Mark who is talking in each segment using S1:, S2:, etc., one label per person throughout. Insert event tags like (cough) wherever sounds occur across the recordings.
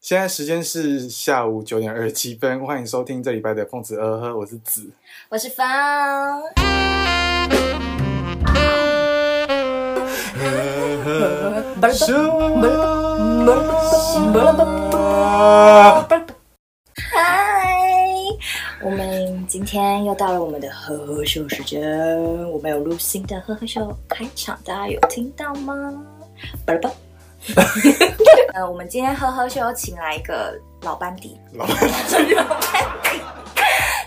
S1: 现在时间是下午九点二十七分，欢迎收听这礼拜的《奉子而喝》，我是子。
S2: 我是方，嗨，我们今天又到了我们的呵呵秀时间，我们有录新的呵呵秀开场，大家有听到吗？巴拉巴。呃，我们今天呵呵秀又请来一个老班底，
S1: (laughs) 老板，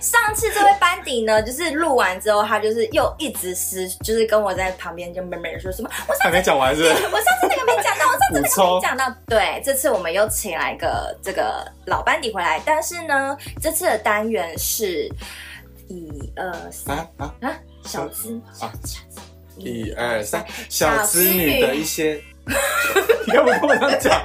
S2: 上次这位班底呢，就是录完之后，他就是又一直失，就是跟我在旁边就闷闷的说什么，我
S1: 还
S2: 上次
S1: 没讲完是不是？
S2: (laughs) 我上次那个没讲到，我上次那
S1: 补
S2: 个
S1: 充
S2: 没讲到。对，这次我们又请来一个这个老班底回来，但是呢，这次的单元是一二三
S1: 啊啊！
S2: 啊，小资小
S1: 啊
S2: 资
S1: 一二三，小资女的一
S2: (laughs)
S1: 些，你干嘛跟我这样讲？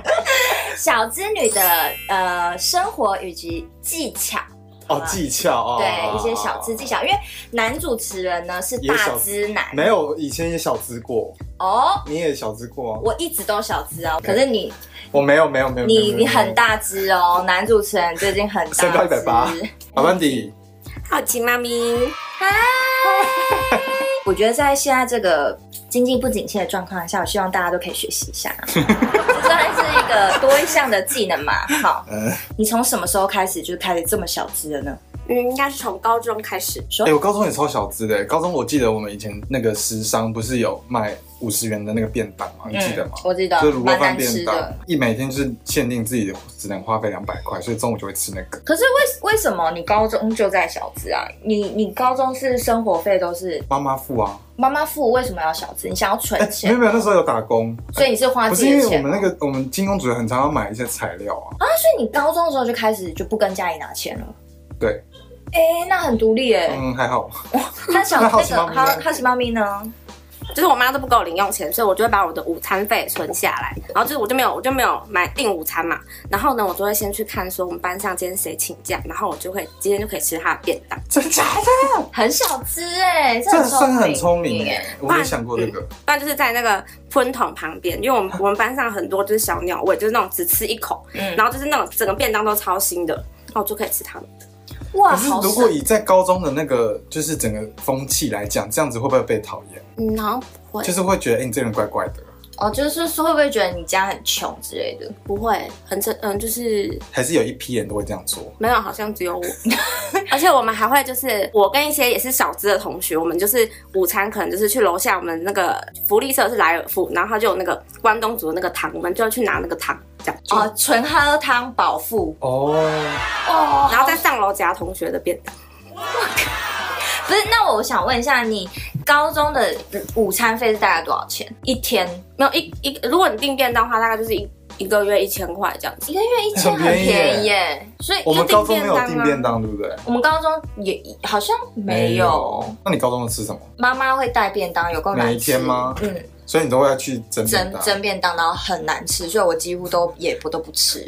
S2: 小资女的呃生活以及技巧。
S1: 哦，技巧哦，
S2: 对一些小资技巧，因为男主持人呢是
S1: 也
S2: 大
S1: 小
S2: 资男
S1: 没有，以前也小资过，
S2: 哦，
S1: 你也小资过啊，
S2: 我一直都小资哦，可是你
S1: 我没有，没有，没有，没有
S2: 你你很，大资哦，男主持人最近很大资，
S1: 身高180老班底，
S3: 好奇妈咪，
S2: 嗨，我觉得在现在这个经济不景气的状况下，我希望大家都可以学习一下， (laughs) 这还是一个多一项的技能嘛。好，
S1: 嗯，
S2: 你从什么时候开始就开始这么小资的呢？
S3: 嗯，应该是从高中开始。
S1: 哎、我高中也超小资的。高中我记得我们以前那个时商不是有卖五十元的那个便当吗？你记得吗？
S2: 嗯我记得
S1: 就是卤肉
S2: 蛮
S1: 饭
S2: 难
S1: 便
S2: 吃
S1: 当
S2: 的。，
S1: 一每天就是限定自己只能花费两百块，所以中午就会吃那个。
S2: 可是为为什么你高中就在小资啊？你你高中是生活费都是
S1: 妈妈付啊，
S2: 妈妈付，为什么要小资？你想要
S1: 哎、
S2: 存
S1: 没
S2: 钱
S1: 有，没有，那时候有打工，哎
S2: 所以你是花
S1: 不
S2: 自
S1: 是
S2: 己
S1: 因为
S2: 的
S1: 我
S2: 钱
S1: 们那个我们金工主任很常要买一些材料啊，
S2: 啊？所以你高中的时候就开始就不跟家里拿钱了？
S1: 对，
S2: 哎、那很独立哎、
S1: 嗯，还好，
S2: 他小
S1: (laughs) 那
S2: 那
S1: 好奇猫
S2: 个
S1: 咪
S2: 好
S1: 呢
S2: 好奇猫咪呢？
S3: 就是我妈都不给我零用钱，所以我就会把我的午餐费存下来，然后就是我就没有我就没有买订午餐嘛，然后呢，我就会先去看说我们班上今天谁请假，然后我就会今天就可以吃他的便当。
S1: 真假的？
S2: 很小资哎、欸，这
S1: 这
S2: 很
S1: 算
S2: 聪
S1: 很
S2: 明欸
S1: 聪明哎、
S2: 耶
S1: 我没想过这个。
S3: 不然就是在那个喷筒旁边，因为我们我们班上很多就是小鸟胃，就是那种只吃一口，
S2: 嗯，
S3: 然后就是那种整个便当都超新的，然后我就可以吃它们。
S2: 哇，
S1: 可是
S2: 好
S1: 如
S2: 爽
S1: 果！以在高中的那个就是整个风气来讲，这样子会不会被讨厌？
S3: 嗯，好像不会，
S1: 就是会觉得哎、你这人怪怪的，
S2: 哦，就是说会不会觉得你家很穷之类的？
S3: 不会，很正，嗯，就是
S1: 还是有一批人都会这样做。
S3: 没有，好像只有我。 (laughs) 而且我们还会就是，我跟一些也是小资的同学，我们就是午餐可能就是去楼下我们那个福利社是莱尔富，然后他就有那个关东煮的那个汤，我们就要去拿那个汤这样。
S2: 哦，纯喝汤饱腹
S1: 哦，
S2: 哦
S3: 然后再上楼夹同学的便当，
S2: 不是，那我想问一下，你高中的午餐费是大概多少钱？一天
S3: 没有一一，如果你订便当的话，大概就是一一个月一千块这样子。
S2: 一个月一千
S1: 很
S2: 很
S1: 便宜耶
S2: 便宜耶，所以
S1: 我们高中没有
S3: 就
S1: 订
S3: 订
S1: 便
S3: 便
S1: 当，对不对？
S2: 我们高中也好像没有。。
S1: 那你高中吃什么？
S2: 妈妈会带便当，有够难吃。
S1: 每一天吗
S2: 嗯，
S1: 所以你都会去蒸便
S2: 蒸
S1: 当。
S2: 蒸便当，然后很难吃，所以我几乎都也不都不吃，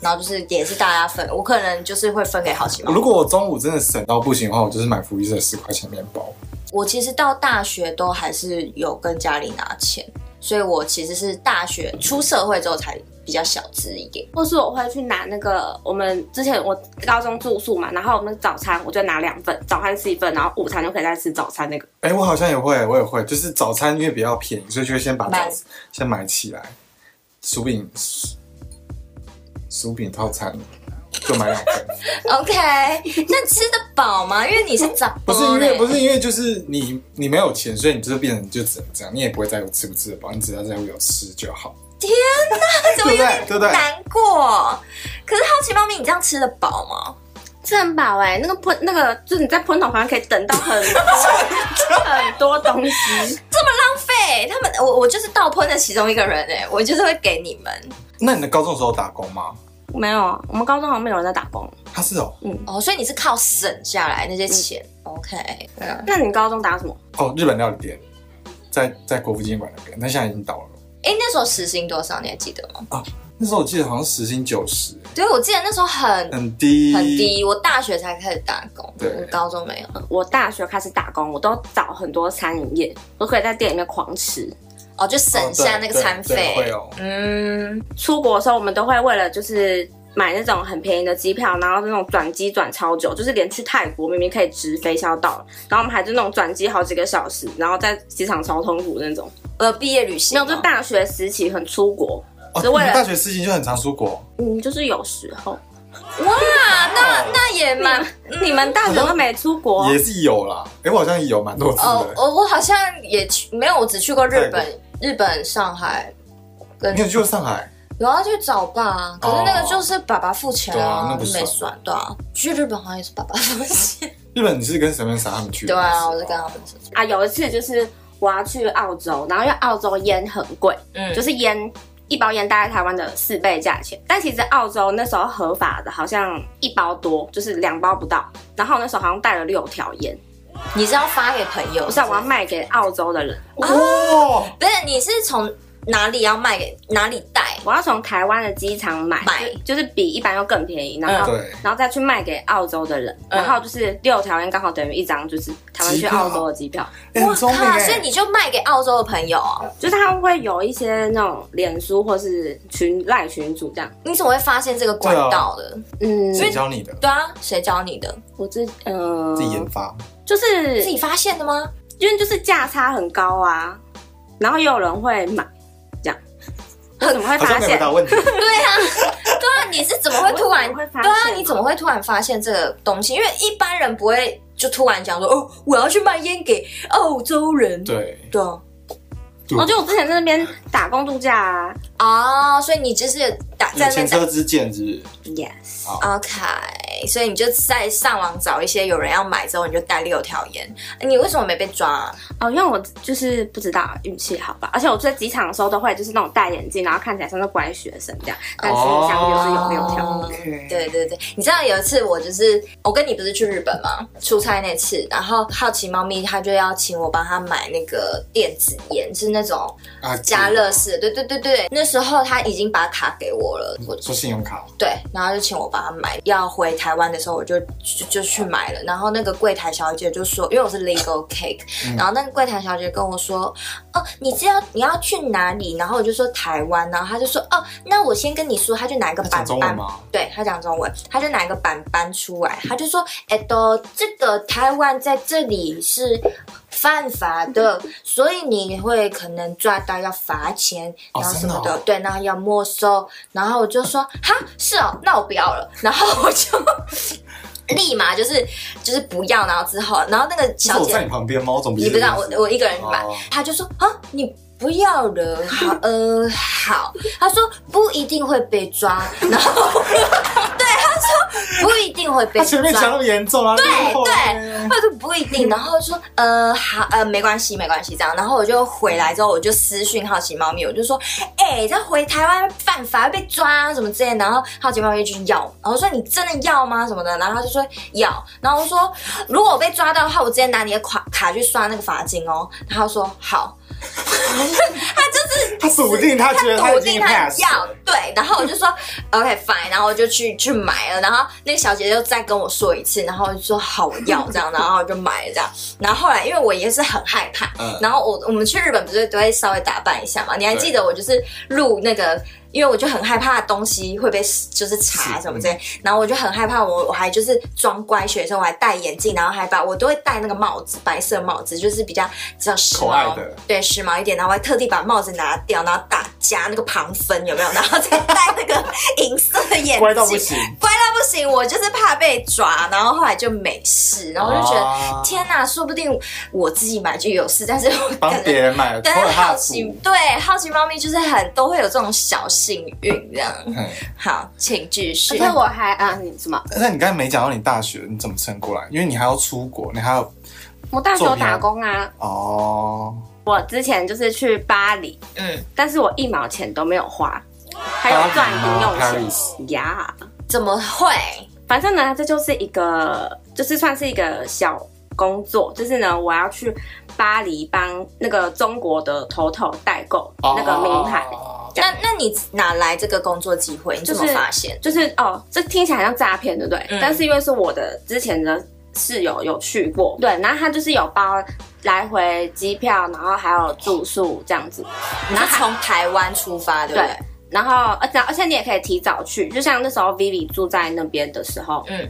S2: 然后就是也是大家分，我可能就是会分给好奇猫。
S1: 如果我中午真的省到不行的话，我就是买福利社十块钱面包。
S2: 我其实到大学都还是有跟家里拿钱，所以我其实是大学出社会之后才比较小资一点。
S3: 或是我会去拿那个我们之前我高中住宿嘛，然后我们早餐我就拿两份，早餐吃一份，然后午餐就可以再吃早餐那个。
S1: 哎、我好像也会，我也会，就是早餐因为比较便宜，所以就会先把早
S2: 买
S1: 先买起来，薯饼薯薯饼套餐就买两份。
S2: OK，那吃得饱吗？因为你是长
S1: 不
S2: 辈
S1: 是因为不是因为就是你你没有钱，所以你就是变成就只能这样，你也不会在乎吃不吃得饱，你只要在乎有吃就好，对
S2: 怎
S1: 不
S2: 么有
S1: 对？对不对？
S2: 难过？可是好奇猫咪，你这样吃得饱吗？
S3: 吃很饱哎、那个喷那个就是你在喷筒旁边可以等到很多很多东西。
S2: 浪费他们，我我就是倒喷的其中一个人哎、我就是会给你们
S1: 那你的高中的时候打工吗？
S3: 没有啊，我们高中好像没有人在打工。
S1: 他是哦
S2: 哦，所以你是靠省下来那些钱。OK，嗯，
S3: 那你高中打什么？
S1: 哦，日本料理店，在在国父纪念馆那边，但现在已经倒了。
S2: 哎、那时候时薪多少？你还记得吗？
S1: 那时候我记得好像时薪九十，
S2: 对，我记得那时候很
S1: 很低，
S2: 很。低，我大学才开始打工，
S1: 嗯对
S2: 我高中没有。
S3: 我大学开始打工，我都找很多餐饮业，我可以在店里面狂吃。
S2: 哦，就省下那个餐
S1: 哦对对
S2: 费
S1: 对会哦。
S2: 嗯，
S3: 出国的时候，我们都会为了就是买那种很便宜的机票，然后那种转机转超久，就是连去泰国明明可以直飞就要到了，然后我们还就那种转机好几个小时，然后在机场超痛苦那种。
S2: 呃，毕业旅
S3: 没
S2: 行
S3: 有，
S2: 吗
S3: 就大学时期很出国，
S1: 哦，
S3: 只为了
S1: 你大学事情就很常出国，
S3: 嗯，就是有时候
S2: 哇，那那也
S3: 你
S2: 蛮
S3: 们 (laughs) 你们大学都没出国，
S1: 哦也是有啦。哎、我好像有蛮多次
S2: 哦，
S1: 的。
S2: 我我好像也去没有，我只去过日
S1: 泰
S2: 本、日本、上海，跟
S1: 你有去过上海？
S2: 有啊去找爸，可是那个就是爸爸付钱
S1: 对啊那不
S2: 就没
S1: 算
S2: 算对啊。去日本好像也是爸爸付钱，
S1: 日本你是跟沈曼莎他们去的
S2: 对
S1: 吗？
S2: 啊，我就跟他们说，
S3: 啊，有一次就是我要去澳洲，然后因为澳洲烟很贵，
S2: 嗯，
S3: 就是烟一包烟大概台湾的四倍价钱，但其实澳洲那时候合法的好像一包多，就是两包不到。然后我那时候好像带了六条烟，
S2: 你是要发给朋友，
S3: 不是啊、我要
S2: 吗？
S3: 卖给澳洲的人，
S1: 哦，
S2: 不是，你是从哪里要卖给哪里带？
S3: 我要从台湾的机场买，
S2: 买
S3: 就就是比一般又更便宜，
S2: 啊
S3: 然后、
S1: 对，
S3: 然后再去卖给澳洲的人，
S2: 嗯
S3: 然后就是六条烟刚好等于一张就是台湾去澳洲的机票，
S1: 哎很聪明哎、
S2: 所以你就卖给澳洲的朋友哦。
S3: 就是他们会有一些那种脸书或是群赖群主这样，
S2: 你怎么会发现这个管道的？
S3: 嗯，
S1: 谁教你的？
S2: 对啊，谁教你的？
S3: 我自嗯、
S1: 自己研发。
S3: 就是
S2: 自己发现
S1: (laughs)
S2: 的吗？
S3: 因为就是价差很高啊，然后也有人会买，这样，我怎么会
S1: 好
S3: 发
S1: 像没
S3: 现
S1: 有？答问
S2: (laughs)
S1: 题。
S2: 对啊，对啊，你是怎么会突然
S3: 我怎么会发
S2: 对啊，
S3: 现
S2: 你怎么会突然发现这个东西？因为一般人不会就突然讲说，哦，我要去卖烟给澳洲人。
S1: 对，
S2: 对啊，
S1: 对
S3: 我就我之前在那边打工度假啊
S2: 啊，所以你就是打
S1: 有
S2: 在那
S1: 前
S2: 边打
S1: 车之鉴是不是？
S3: ，yes，
S2: OK，所以你就在上网找一些有人要买之后，你就带六条烟。你为什么没被抓、啊？
S3: 哦，因为我就是不知道运气好吧，而且我在机场的时候都会就是那种戴眼镜，然后看起来像是乖学生这样，但是实际上就是有六条。
S2: 哦
S1: OK
S2: 对对对，你知道有一次我就是我跟你不是去日本吗？出差那次，然后好奇猫咪它就要请我帮它买那个电子烟，是那种
S1: 啊，
S2: 加热式的。对对对对，那时候它已经把卡给我了，我
S1: 说信用卡，
S2: 对，然后就请我帮他买。要回台湾的时候，我就就就去买了。然后那个柜台小姐就说，因为我是 legal cake，、然
S1: 嗯
S2: 后那个柜台小姐跟我说，哦，你知道你要去哪里？然后我就说台湾，然后她就说，哦，那我先跟你说，她就拿一个
S1: 他
S2: 板
S1: 讲中文
S2: 板。
S1: 吗？
S2: 对她讲中文，她就拿一个板搬出来，她就说：“哎、都这个台湾在这里是犯法的，所以你会可能抓到要罚钱，
S1: 哦
S2: 然后什么
S1: 真
S2: 的，
S1: 的哦
S2: 对，然后要没收，然后我就说哈是哦，那我不要了，然后我就 (laughs) 立马就是就是不要，然后之后，然后那个
S1: 是
S2: 小
S1: 我
S2: 姐
S1: 在你旁边吗？我总
S2: 你不知道，我我一个人买
S1: 哦，
S2: 他就说啊，你不要了，好，呃，好，他说不一定会被抓，然后对他说不一定会被
S1: 他
S2: 抓，
S1: 前面讲那么严重啊，对
S2: 对，他说不一定，然后说呃好呃没关系没关系这样，然后我就回来之后我就私讯好奇猫咪，我就说哎、这回台湾犯法会被抓啊什么之类的，然后好奇猫咪就要，然后我说你真的要吗什么的，然后他就说要，然后我说如果我被抓到的话，我直接拿你的卡卡去刷那个罚金哦，然后他说好，
S1: 他笃定他觉得
S2: 他
S1: 已
S2: 笃
S1: 经
S2: 定他
S1: pass
S2: 要
S1: 了。
S2: 对，然后我就说 OK fine，然后我就去去买了，然后那个小姐又再跟我说一次，然后我就说好我要这样，然后我就买了这样，然后后来因为我也是很害怕，
S1: 嗯
S2: 然后我我们去日本不是都会稍微打扮一下嘛，你还记得我就是录那个。因为我就很害怕东西会被就是查
S1: 是
S2: 什么之类，然后我就很害怕我，我还就是装乖学生，我还戴眼镜，然后还把我都会戴那个帽子，白色帽子，就是比较比较时
S1: 可爱
S2: 髦
S1: 的，
S2: 对，时髦一点，然后我还特地把帽子拿掉，然后打夹那个旁分有没有，然后再戴那
S1: (laughs)
S2: 个银色的眼镜，
S1: 乖到不行，
S2: 乖到不行，我就是怕被抓，然后后来就没事，然后我就觉得、
S1: 啊
S2: 天哪，说不定我自己买就有事，但是我
S1: 帮
S2: 感
S1: 别
S2: 觉。
S1: 人买了，
S2: 但
S1: 托
S2: 是
S1: 了他
S2: 好
S1: 的
S2: 奇
S1: 福，
S2: 对好奇猫咪就是很都会有这种小幸运这样。
S1: 嗯
S2: 好，请继续。
S3: 而且我还啊，你什么？
S1: 那你刚才没讲到你大学你怎么撑过来，因为你还要出国，你还要
S3: 我大学有打工啊，
S1: 哦，
S3: 我之前就是去巴黎，
S2: 嗯，
S3: 但是我一毛钱都没有花，还有赚零用钱呀。
S2: 怎么会？
S3: 反正呢，这就是一个，就是算是一个小工作，就是呢，我要去巴黎帮那个中国的头头代购、那个名牌。
S1: 哦
S2: 那那你哪来这个工作机会？你怎么
S3: 就是
S2: 发现？
S3: 就是哦，这听起来像诈骗，对不对？
S2: 嗯
S3: 但是因为是我的之前的室友有去过，对，然后他就是有包来回机票，然后还有住宿这样子，
S2: 你是从台湾出发，对不对？
S3: 对然后而且而且你也可以提早去，就像那时候 Vivi 住在那边的时候，
S2: 嗯，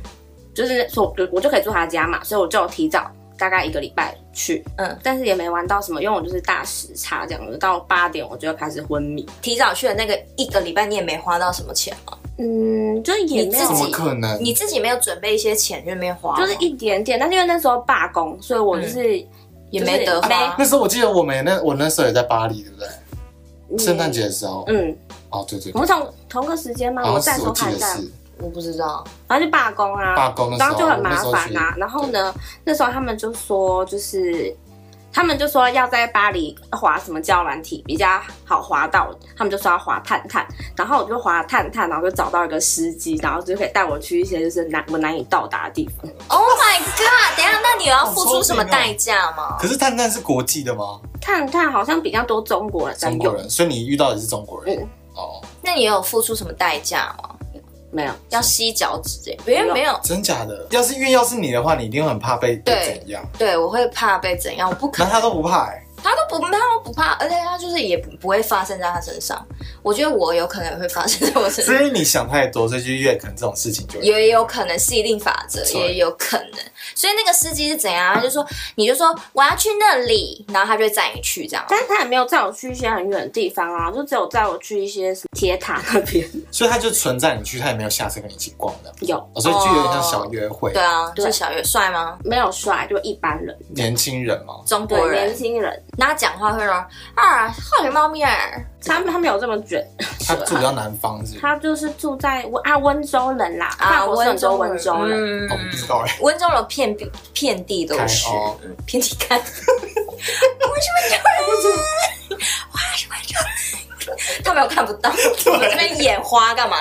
S3: 就是所我就可以住他家嘛，所以我就提早大概一个礼拜去，
S2: 嗯，
S3: 但是也没玩到什么，因为我就是大时差这样，我就到八点我就开始昏迷，
S2: 提早去的那个一个礼拜，你也没花到什么钱吗？
S3: 嗯，就是也没有
S1: 怎
S2: 你自
S1: 么
S2: 己
S1: 可能？
S2: 你自己没有准备一些钱就没花吗，
S3: 就是一点点，但是因为那时候罢工，所以我就是、
S2: 嗯也没得花
S1: 那。时候我记得我们那我那时候也在巴黎，对不对？
S3: 嗯
S1: 圣诞节的时候，
S3: 嗯，
S1: 哦对对
S3: 我
S1: 对，
S3: 们同同个时间吗？
S1: 好
S3: 我
S1: 像是
S3: 在的时
S1: 我
S3: 候
S1: 记
S3: 还
S1: 得
S3: 在，
S1: 是
S2: 我不知道，
S3: 然后就罢工啊，
S1: 罢工的时候
S3: 然后就很麻
S1: 我那
S3: 烦
S1: 时候
S3: 啊
S1: 去。
S3: 然后呢，那时候他们就说，就是他们就说要在巴黎滑什么胶软体比较好滑到，他们就说要滑探探，然后我就滑探探，然后就找到一个司机，然后就可以带我去一些就是难我难以到达的地方。
S2: Oh my god！等一下，那你有要付出什么代价吗？
S1: 可是探探是国际的吗？
S3: 探探好像比较多中国人在
S1: 中国
S3: 用，
S1: 人，所以你遇到的是中国人
S3: 嗯
S1: 哦，
S2: 那你有付出什么代价吗？
S3: 没有，
S2: 要吸脚趾这，因为没有，
S1: 真假的？要是因为要是你的话，你一定会很怕被被
S2: 对
S1: 怎样？
S2: 对我会怕被怎样，我不可
S1: 然后
S2: 能，
S1: 他都不怕
S3: (laughs)
S1: 欸，
S2: 他都不，他都不怕，而且他就是也不不会发生在他身上。我觉得我有可能会发生在我身上
S1: 所，以你想太多，所以就越可能这种事情就
S2: 也有可能是一定法则，
S1: 对
S2: 也有可能。所以那个司机是怎样？啊他就说，你就说我要去那里，然后他就会载你去这样。
S3: 但是他也没有载我去一些很远的地方啊，就只有载我去一些什么铁塔那边
S1: 所以他就存在你去，他也没有下车跟你一起逛的，
S3: 有，
S1: 哦所以就有点像小约会
S2: 对，啊，
S3: 哦对
S2: 是小月帅吗？
S3: 没有帅就一般人，
S1: 年轻人嘛，
S2: 中
S3: 对
S2: 国，
S3: 年
S2: 人，
S3: 轻人，
S2: 然后他讲话会说啊，好学猫咪儿，
S3: 他们他们有这么卷。
S1: 他住比较南方是不是，
S3: 他就是住在温啊温州人啦，
S2: 啊，
S3: 法国是很多温州
S2: 嗯
S3: 人。
S1: 哦我不知道哎，
S2: 温州的遍地遍地都是
S1: 开哦，
S2: 嗯遍地开。我是温州人，我是温州人。他们又看不
S1: (laughs)
S2: 到，我这边眼花干嘛？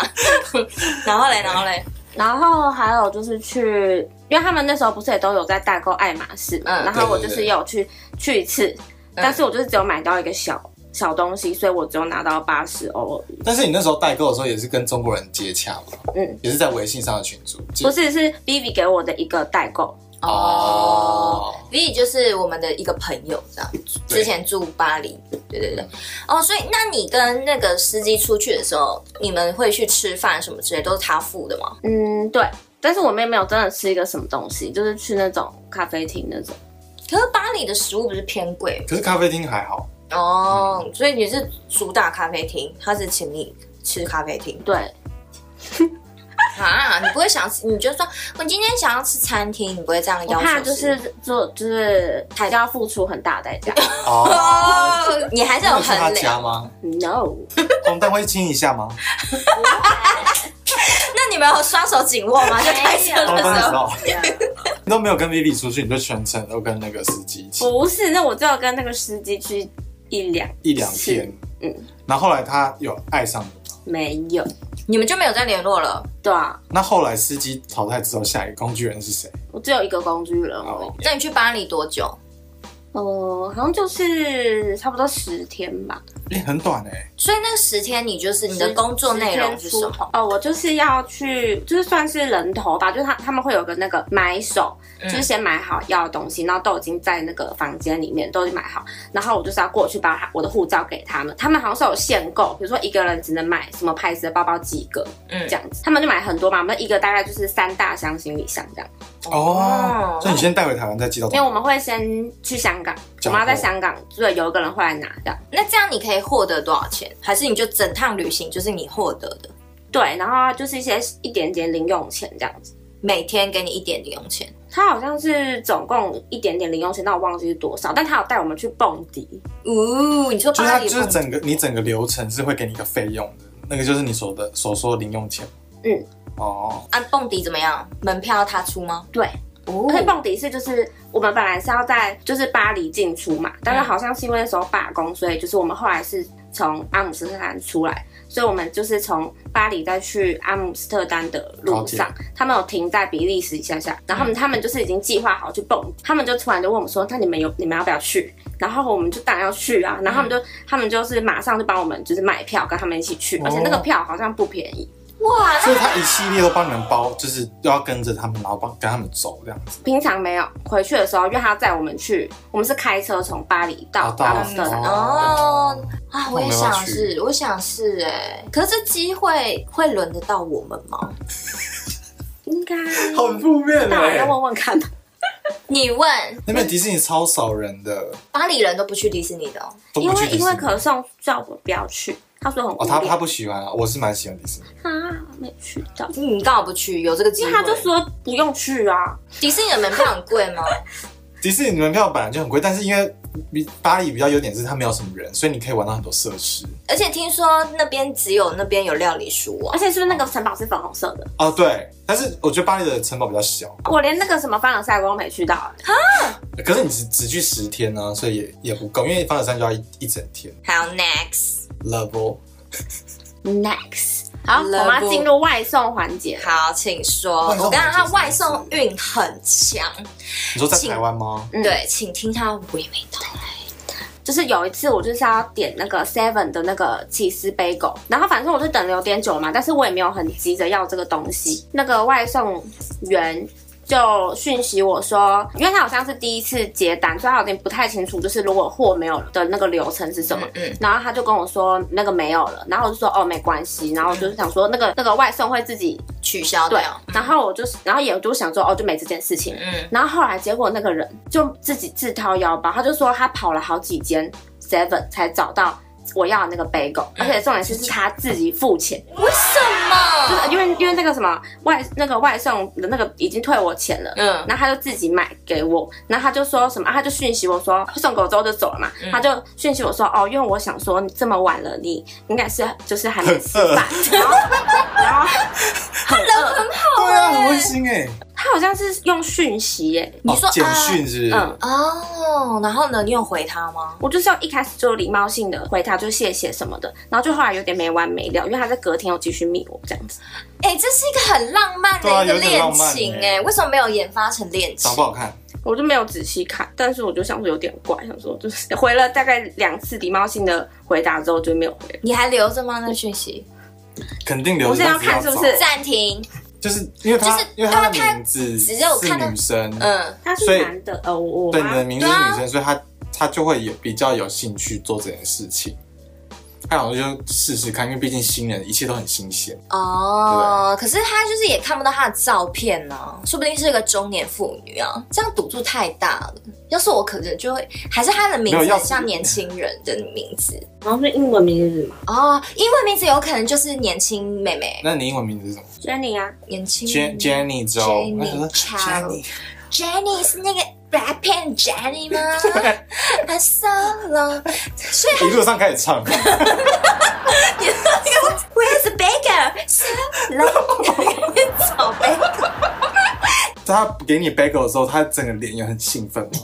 S2: 然后嘞，然后嘞，
S3: 然后还有就是去，因为他们那时候不是也都有在代购爱马仕嘛，
S2: 嗯
S3: 然后我
S1: 对
S3: 就
S1: 对对
S3: 是也有去去一次，但是我就是只有买到一个小小东西，所以我只有拿到八十欧而已。
S1: 但是你那时候代购的时候也是跟中国人接洽嘛，
S3: 嗯，
S1: 也是在微信上的群组，
S3: 不是，是 Vivi 给我的一个代购，
S2: 哦
S1: 哦。
S2: Vivi 就是我们的一个朋友，这样
S1: 对
S2: 之前住巴黎，对对对。哦，所以那你跟那个司机出去的时候，你们会去吃饭什么之类，都是他付的吗？
S3: 嗯，对。但是我们也没有真的吃一个什么东西，就是去那种咖啡厅那种。
S2: 可是巴黎的食物不是偏贵
S1: 可是咖啡厅还
S3: (laughs)
S1: 好，
S2: 吗哦，所以你是主打咖啡厅，他是请你吃咖啡厅
S3: 对，
S2: 啊？你不会想吃，你就说我今天想要吃餐厅，你不会这样
S3: 我
S2: 要求
S3: 怕
S2: 吗？
S3: 就是做就是还要付出很大代价。
S1: 哦，
S2: 哦，你还是
S1: 你
S2: 有
S1: 有去他
S2: 衡
S1: 家
S2: 量。
S1: 吗？
S3: no，
S1: 红蛋会亲一下
S3: (laughs)
S1: 吗？
S2: 那你们有双手紧握
S1: (laughs)
S2: 吗？就开车
S1: 红
S2: 的
S1: 蛋的
S2: 时
S1: 时
S2: 候。
S1: 候，
S3: (laughs) 啊
S1: 你都没有跟 Vivi 出去，你就全程都跟那个司机一起
S3: 不是，那我就要跟那个司机去一两
S1: 一两
S3: 次
S1: 天，
S3: 嗯，
S1: 然后后来他有爱上你吗？
S3: 没有，
S2: 你们就没有再联络了。
S3: 对啊，
S1: 那后来司机淘汰之后，下一个工具人是谁？
S3: 我只有一个工具人而已
S1: 哦，
S2: 那你去巴黎多久？
S3: 呃，好像就是差不多十天吧。
S1: 哎，很短哎，
S2: 所以那十天你就是你的工作内容是什
S3: 10天出
S2: 么？
S3: 头哦，我就是要去，就是算是人头吧，就是他他们会有个那个买手，
S2: 嗯
S3: 就是先买好要的东西，然后都已经在那个房间里面都已经买好，然后我就是要过去把他我的护照给他们，他们好像是有限购，比如说一个人只能买什么牌子的包包几个
S2: 嗯
S3: 这，样子，他们就买很多嘛，我们一个大概就是三大箱行李箱这样。
S1: 哦
S2: 哦，
S1: 所以你先带回台湾，再寄到，
S3: 因为我们会先去香港，我
S1: 交
S3: 们要在
S1: 货
S3: 香港，对，有一个人会来拿的，
S2: 那这样你可以获得多少钱？还是你就整趟旅行就是你获得的，
S3: 对，然后就是一些一点点零用钱这样子。
S2: 每天给你一点零用钱？
S3: 他好像是总共一点点零用钱，但我忘记是多少。但他有带我们去蹦迪，
S2: 哦，你说
S1: 就是
S2: 巴
S1: 他
S2: 黎
S1: 就是整个你整个流程是会给你一个费用的，那个就是你所的所说的零用钱。
S3: 嗯，
S1: 哦，
S2: 按啊蹦迪怎么样？门票他出吗？
S3: 对，
S2: 哦
S3: 而且蹦迪是就是我们本来是要在就是巴黎进出嘛，但是好像是因为那时候罢工，所以就是我们后来是从阿姆斯特丹出来，所以我们就是从巴黎再去阿姆斯特丹的路上，他们有停在比利时一下下，然后他们、他们就是已经计划好去蹦，他们就突然就问我们说，那你们有你们要不要去？然后我们就当然要去啊，然后他们就、他们就是马上就帮我们就是买票跟他们一起去，而且那个
S1: 哦
S3: 票好像不便宜，哇，
S1: 所以他一系列都帮你们包，就是都要跟着他们，然后帮跟他们走这样子。
S3: 平常没有回去的时候，因为他载我们去，我们是开车从巴黎到
S1: 啊到
S3: 阿姆斯特丹。
S2: 哦啊，
S1: 那
S2: 我
S1: 我
S2: 也
S1: 没
S2: 想
S1: 办法
S2: 是，我想是哎、可是这机会会轮得到我们吗？
S3: 应
S1: (laughs)
S3: 该
S1: 很负面
S3: 大人要
S1: 哎、
S3: 问问看。
S2: 你问
S1: 那边迪士尼超少人的，
S2: 巴黎人都不去迪士尼的、哦，
S1: 都
S3: 因
S1: 不去
S3: 为
S1: 迪士尼
S3: 因为可颂叫我不要去，他说很无
S1: 哦，他
S3: 聊、
S1: 他不喜欢啊，我是蛮喜欢迪士尼。
S3: 啊，没去到，
S2: 你刚好不去，有这个机
S3: 因
S2: 会。
S3: 为他就说不用去啊。
S2: 迪士尼的门票很贵吗？ (laughs)
S1: 迪士尼门票本来就很贵，但是因为比巴黎比较优点是它没有什么人，所以你可以玩到很多设施。
S2: 而且听说那边只有那边有料理书哦
S3: 而。且是不是那个城堡是粉红色的？
S1: 哦，对，但是我觉得巴黎的城堡比较小，
S3: 我连那个什么凡尔赛宫都没去到、欸
S1: 可是你只只去十天呢、所以也也不够，因为凡尔赛就要一一整天。哦
S2: 好，next，
S1: Level，
S3: Next，好，我
S2: Level
S3: 们要进入外送环节。
S2: 好，请说。
S1: 外送
S2: 我刚刚他
S1: 环节是
S2: 外送运很强，
S1: 你说在
S2: 请
S1: 台湾吗？
S3: 嗯
S2: 对，请听他娓娓道来。
S3: 就是有一次我就是要点那个 Seven 的那个起司杯狗，然后反正我就等了有点久嘛，但是我也没有很急着要这个东西。那个外送员就讯息我说，因为他好像是第一次接单，所以他有点不太清楚，就是如果货没有的那个流程是什么。
S2: 嗯，
S3: 然后他就跟我说那个没有了，然后我就说哦没关系，然后我就是想说那个那个外送会自己
S2: 取消
S3: 对
S2: 掉。，
S3: 然后我就是然后也就想说哦就没这件事情，
S2: 嗯，
S3: 然后后来结果那个人就自己自掏腰包，他就说他跑了好几间 Seven 才找到我要的那个 bagel，、
S2: 嗯
S3: 而且重点是是他自己付钱，
S2: 为什
S3: 就
S2: 么？
S3: 是因为因为那个什么外那个外送的那个已经退我钱了。
S2: 嗯，
S3: 然后他就自己买给我，然后他就说什么，啊他就讯息我说送给我之后就走了嘛，
S2: 嗯
S3: 他就讯息我说哦，因为我想说你这么晚了，你应该是就是还没吃
S2: (laughs)
S3: 饭，然后然后很饿，
S1: 对啊，很温馨哎、
S3: 他好像是用讯息耶、
S2: 哦你说啊
S1: 哦、简讯是不是？
S3: 嗯，
S2: 哦，然后呢？你有回他吗？
S3: 我就是要一开始就礼貌性的回他，就谢谢什么的，然后就后来有点没完没了，因为他在隔天又继续密我这样子，
S2: 哎、这是一个很浪漫的
S1: 对啊
S2: 一个
S1: 有点
S2: 恋
S1: 浪漫
S2: 情哎、
S1: 欸
S2: 为什么没有研发成恋情
S1: 长？不好看，
S3: 我就没有仔细看，但是我就想说有点怪，想说就是回了大概两次礼貌性的回答之后就没有回了，
S2: 你还留着吗？那
S1: (laughs)
S2: 讯息
S1: 肯定留
S3: 我
S1: 着。
S3: 是要
S1: 但
S3: 看
S1: 找
S3: 是不是
S2: 暂停。
S1: 就是因为他，
S2: 就是
S1: 因为他
S2: 对啊他
S1: 的名字
S2: 只有
S1: 是
S2: 看到
S1: 女生，
S2: 嗯，
S3: 他
S1: 所
S3: 是
S1: 以
S3: 男的，呃，我我
S1: 对，你
S3: 妈
S1: 的名字是女
S2: 对啊
S1: 生，所以他他就会有比较有兴趣做这件事情。他好像就试试看，因为毕竟新人一切都很新鲜。
S2: 哦，可是他就是也看不到他的照片呢、说不定是个中年妇女啊，这样赌注太大了。要是我，可能就会还是他的名
S1: 没
S2: 字
S1: 有要
S2: 很
S1: 是
S2: 像年轻人的名字
S3: 然后是英文名字嘛
S2: 哦，英文名字有可能就是年轻妹妹，
S1: 那你英文名字是什么
S3: ，Jenny 啊，
S2: 年轻
S1: ？Jen Jenny 周，
S2: Jenny
S1: 我想说
S2: Chow
S1: Jenny
S2: Jenny 是那个 Black p a n
S1: (laughs)
S2: Jenny 吗？I'm solo，所
S1: 一
S2: 以
S1: 路上开始唱，
S2: Where's the (laughs) baker？solo，草莓。
S1: 他给你 bagel 的时候，他整个脸也很兴奋嘛。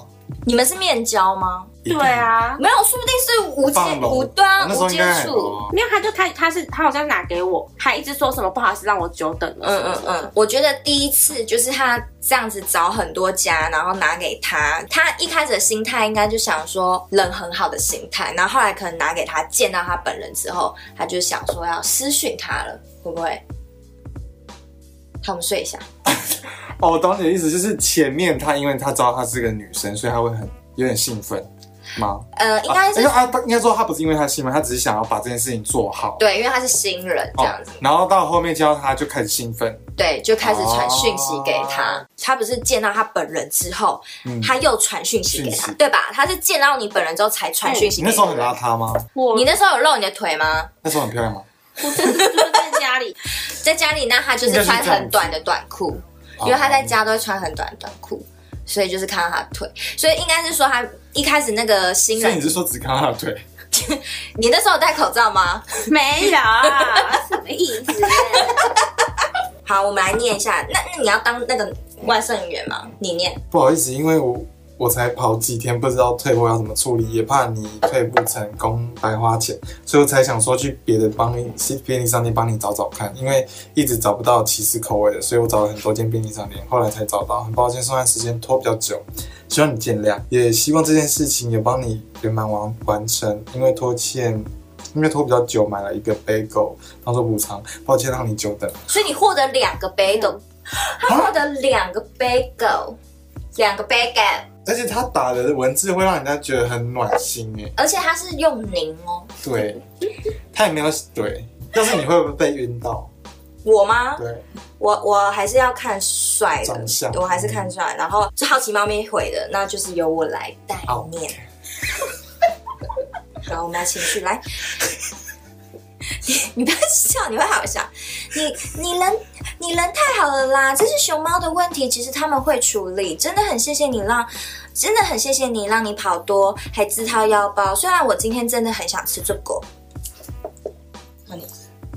S2: 你们是面交吗？
S1: 一
S3: 对
S1: 定，
S3: 啊。
S2: 没有，说不定是无接
S1: 放龙，
S2: 无
S1: 我
S2: 端
S1: 那时
S2: 无
S1: 候应
S2: 接
S1: 该哦还
S2: 触。
S1: 有
S3: 没有，他就他他是他好像拿给我，还一直说什么不好意思让我久等了，
S2: 嗯嗯嗯，我觉得第一次就是他这样子找很多家，然后拿给他，他一开始的心态应该就想说人很好的心态，然后后来可能拿给他见到他本人之后，他就想说要私讯他了，会不会？好，我们睡一下。
S1: 哦，我懂你的意思，就是前面他因为他知道她是个女生，所以他会很有点兴奋吗？
S2: 呃，应该是、
S1: 啊因为啊，应该说他不是因为他兴奋，他只是想要把这件事情做好。
S2: 对，因为他是新人这样子。
S1: 哦。然后到后面见到他就开始兴奋，
S2: 对，就开始传讯息给他。
S1: 哦
S2: 他不是见到他本人之后，
S1: 嗯
S2: 他又传讯息给他
S1: 讯，息
S2: 对吧？他是见到你本人之后才传讯息
S1: 你
S2: 给
S1: 那时候很
S2: 他
S1: 邋遢吗？
S3: 我
S2: 你那时候有露你的腿吗？
S1: 那时候很漂亮吗？
S3: 我就是就是在家 (laughs) 里，
S2: 在家里，那他就是穿很短的短裤，
S1: 哦
S2: 因为他在家都会穿很短的短裤，所以就是看到他的腿，所以应该是说他一开始那个新
S1: 所以你
S2: 人，
S1: 是说只看到他的腿？
S2: 你那时候有戴口罩吗？
S3: 没有啊，什么意思？
S2: 好，我们来念一下，那那你要当那个外送员吗？你念，
S1: 不好意思，因为我我才跑几天，不知道退货要怎么处理，也怕你退不成功白花钱，所以我才想说去别的帮你去便利商店帮你找找看，因为一直找不到起司口味的，所以我找了很多间便利商店，后来才找到。很抱歉，送餐时间拖比较久，希望你见谅，也希望这件事情也帮你圆满完完成，因为拖欠因为拖比较久，买了一个 bagel 当做补偿，抱歉让你久等。
S2: 所以你获得两个 bagel，他获得两个 bagel，两个 bagel，
S1: 而且他打的文字会让人家觉得很暖心哎，
S2: 而且他是用您哦，
S1: 对，他也没有对，要是你会不会被晕到？
S2: 我吗？
S1: 对，
S2: 我我还是要看帅的
S1: 长相，
S2: 我还是看帅。然后就好奇猫咪回的，那就是由我来代念。 (laughs) 然后我们要情绪来， (laughs) 你你不要笑，你会好笑。你你人你人太好了啦，这是熊猫的问题，其实他们会处理。真的很谢谢你让，真的很谢谢你让你跑多，还自掏腰包。虽然我今天真的很想吃这个，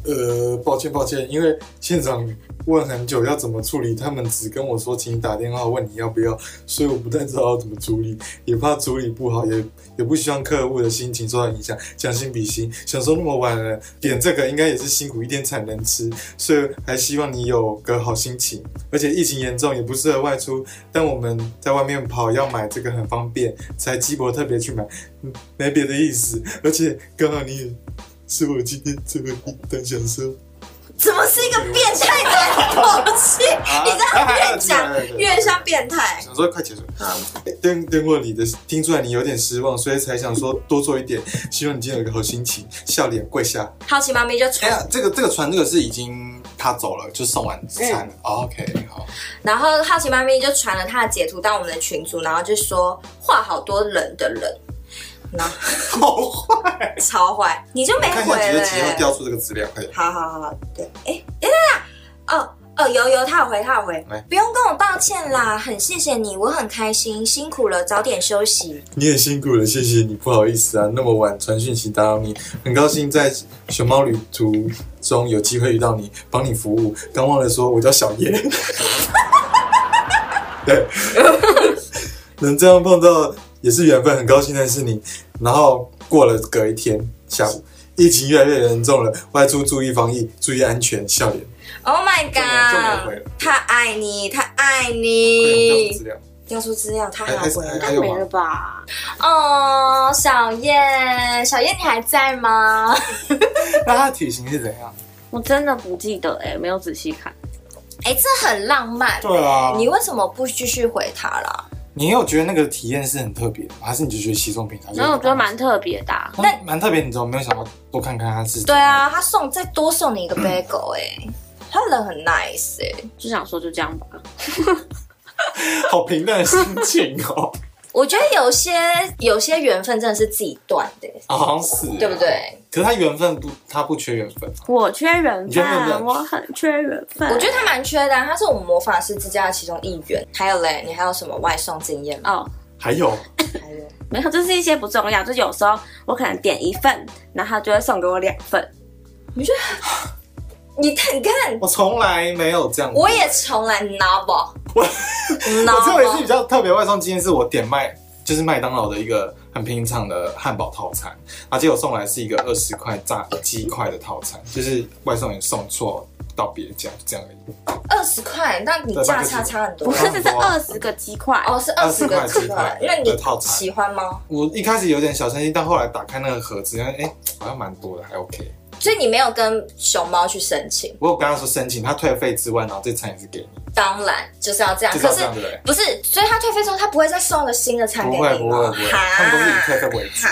S1: 呃，抱歉抱歉，因为现场问很久要怎么处理，他们只跟我说请打电话问你要不要，所以我不太知道要怎么处理，也怕处理不好，也也不希望客户的心情受到影响。将心比心，想说那么晚了点这个应该也是辛苦一天才能吃，所以还希望你有个好心情。而且疫情严重也不适合外出，但我们在外面跑要买这个很方便，才鸡脖特别去买，嗯没别的意思。而且刚好你也是我今天最后一单享受。
S2: 怎么是一个变态的口气？你这样越
S1: 啊对对
S2: 讲
S1: 对
S2: 越像变态。
S1: 想说快结束。等等过你的，听出来你有点失望，所以才想说多做一点，希望你今天有个好心情。笑脸跪下。
S2: 好奇妈咪就
S1: 哎
S2: 传，
S1: 呀，这个这个船这个是已经他走了，就送完餐了。OK，好。哦 (laughs)
S2: 然后好奇妈咪就传了她的截图到我们的群组，然后就说话好多人的人，然后
S1: 好坏，
S2: 超坏，你就没
S1: 看一
S2: 回
S1: 下几
S2: 了、
S1: 月几号
S2: 欸。
S1: 调出这个资料，可以。
S2: 好好好好，对，哎、等等等，哦哦，有有，他有回，他有回
S1: 来，
S2: 不用跟我哎抱歉啦，很谢谢你，我很开心，辛苦了，早点休息。
S1: 你也辛苦了，谢谢你，不好意思啊，那么晚传讯息打扰你，很高兴在熊猫旅途中有机会遇到你，帮你服务。刚忘了说，我叫小叶。 (laughs) 对，能这样碰到也是缘分，很高兴认识你。然后过了隔一天下午，疫情越来越严重了，外出注意防疫，注意安全，笑脸。
S2: Oh my
S1: 就没回
S2: god，
S1: 了
S2: 他爱你，他爱
S1: 快点调
S2: 你
S1: 出资。料
S2: 调出资料，他还
S1: 还
S2: 要
S1: 还
S2: 回
S1: 还
S2: 来。
S1: 还有
S3: 没了
S1: 吗？
S3: 吧？
S2: 哦，小燕，小燕你还在吗？
S1: 那他的体型是怎样？
S3: 我真的不记得哎、没有仔细看。
S2: (laughs) 哎、这很浪漫。
S1: 对啊，
S2: 你为什么不继续回他啦？
S1: 你有觉得那个体验是很特别的吗，还是你就觉得稀松平常？
S3: 然后我觉得蛮特别的啊、
S1: 那蛮特别，你怎么没有想要多看看他是？
S2: 对，啊，他送再多送你一个 bagel 哎、 (coughs) 他人很 nice 哎、
S3: 就想说就这样吧。
S1: 好平淡的心情哦， (laughs)
S2: 我觉得有些有些缘分真的是自己断的、
S1: 好像是，
S2: 对不？对？
S1: 可是他缘分不，他不缺缘分，
S3: 我缺缘
S1: 你缺缘
S3: 分，
S1: 分
S3: 我很缺缘分。
S2: 我觉得他蛮缺的啊、他是我们魔法师之家的其中一员。还有嘞，你还有什么外送经验吗？
S3: 哦，
S1: 还有
S2: 还有，
S3: 没有，就是一些不重要，就是有时候我可能点一份，然后他就会送给我两份。
S2: 你看，你看，
S1: 我从来没有这样过，
S2: 我也从来 never，
S1: (laughs) 我我只有一次
S2: never
S1: 比较特别外送经验是我点麦，就是麦当劳的一个很平常的汉堡套餐，而且我送来是一个二十块炸鸡块的套餐，就是外送员送错到别家，就这样而已。
S2: 二十块，那你价差差很多
S3: 不
S2: 吗。
S3: 是，这是
S1: 差不多啊
S3: 二十个鸡块。
S2: 哦，是二十个
S1: 20块
S2: 鸡
S1: 鸡
S2: 块
S1: 块，
S2: 那你
S1: 的套餐
S2: 喜欢吗？
S1: 我一开始有点小生气，但后来打开那个盒子，哎、诶好像蛮多的，还 OK。
S2: 所以你没有跟熊猫去申请，
S1: 我有跟他说申请，他退费之外，然后这餐也是给你，
S2: 当然就是要这样。
S1: 就是
S2: 啊可
S1: 要
S2: 是
S1: 这样对不对？
S2: 不是，所以他退费之后，他不会再送一个新的餐
S1: 不
S2: 给
S1: 会
S2: 你
S1: 不会
S2: 吗？
S1: 不会，他们都是以退费为主。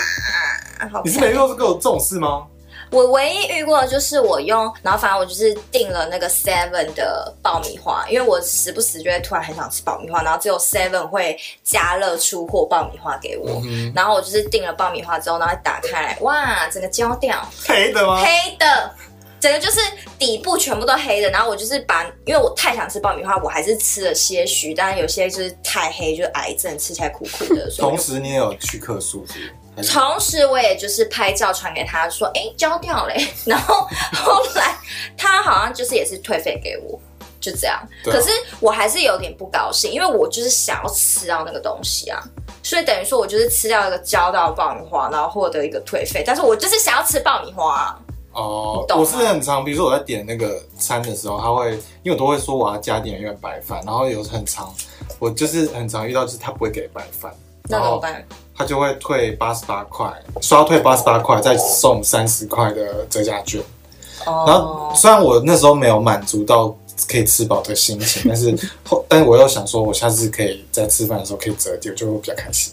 S2: 啊好
S1: 你是
S2: 看
S1: 没遇到过这种事吗？
S2: 我唯一遇过的就是我用，然后反正我就是订了那个 Seven 的爆米花，因为我时不时就会突然很想吃爆米花，然后只有 Seven 会加热出货爆米花给我。
S1: 嗯
S2: 然后我就是订了爆米花之后，然后一打开来，哇，整个焦掉，
S1: 赔的吗？
S2: 黑的，整个就是底部全部都黑的。然后我就是把，因为我太想吃爆米花，我还是吃了些许，但有些就是太黑，就是癌症，吃起来苦
S1: (laughs)
S2: 苦的。所以
S1: 同
S2: 我
S1: 时你也有去客诉是不是？
S2: 同时，我也就是拍照传给他说，哎、焦掉嘞、然后后来他好像就是也是退费给我。就这样，
S1: 对啊
S2: 可是我还是有点不高兴，因为我就是想要吃到那个东西啊，所以等于说我就是吃掉一个焦到的爆米花，然后获得一个退费，但是我就是想要吃爆米花、啊，
S1: 哦
S2: 你，懂吗
S1: 我是很常，比如说我在点那个餐的时候，他会，因为我都会说我要加点一碗白饭，然后有很常，我就是很常遇到，就是他不会给白饭，
S3: 那
S1: 然
S3: 怎么
S1: 后
S3: 办？
S1: 他就会退八十八块，刷退八十八块，再送三十块的折价券。然后
S3: 哦，
S1: 虽然我那时候没有满足到可以吃饱的心情，但是后， (laughs) 但是我又想说，我下次可以在吃饭的时候可以折叠，就会比较开
S2: (laughs)
S1: 心。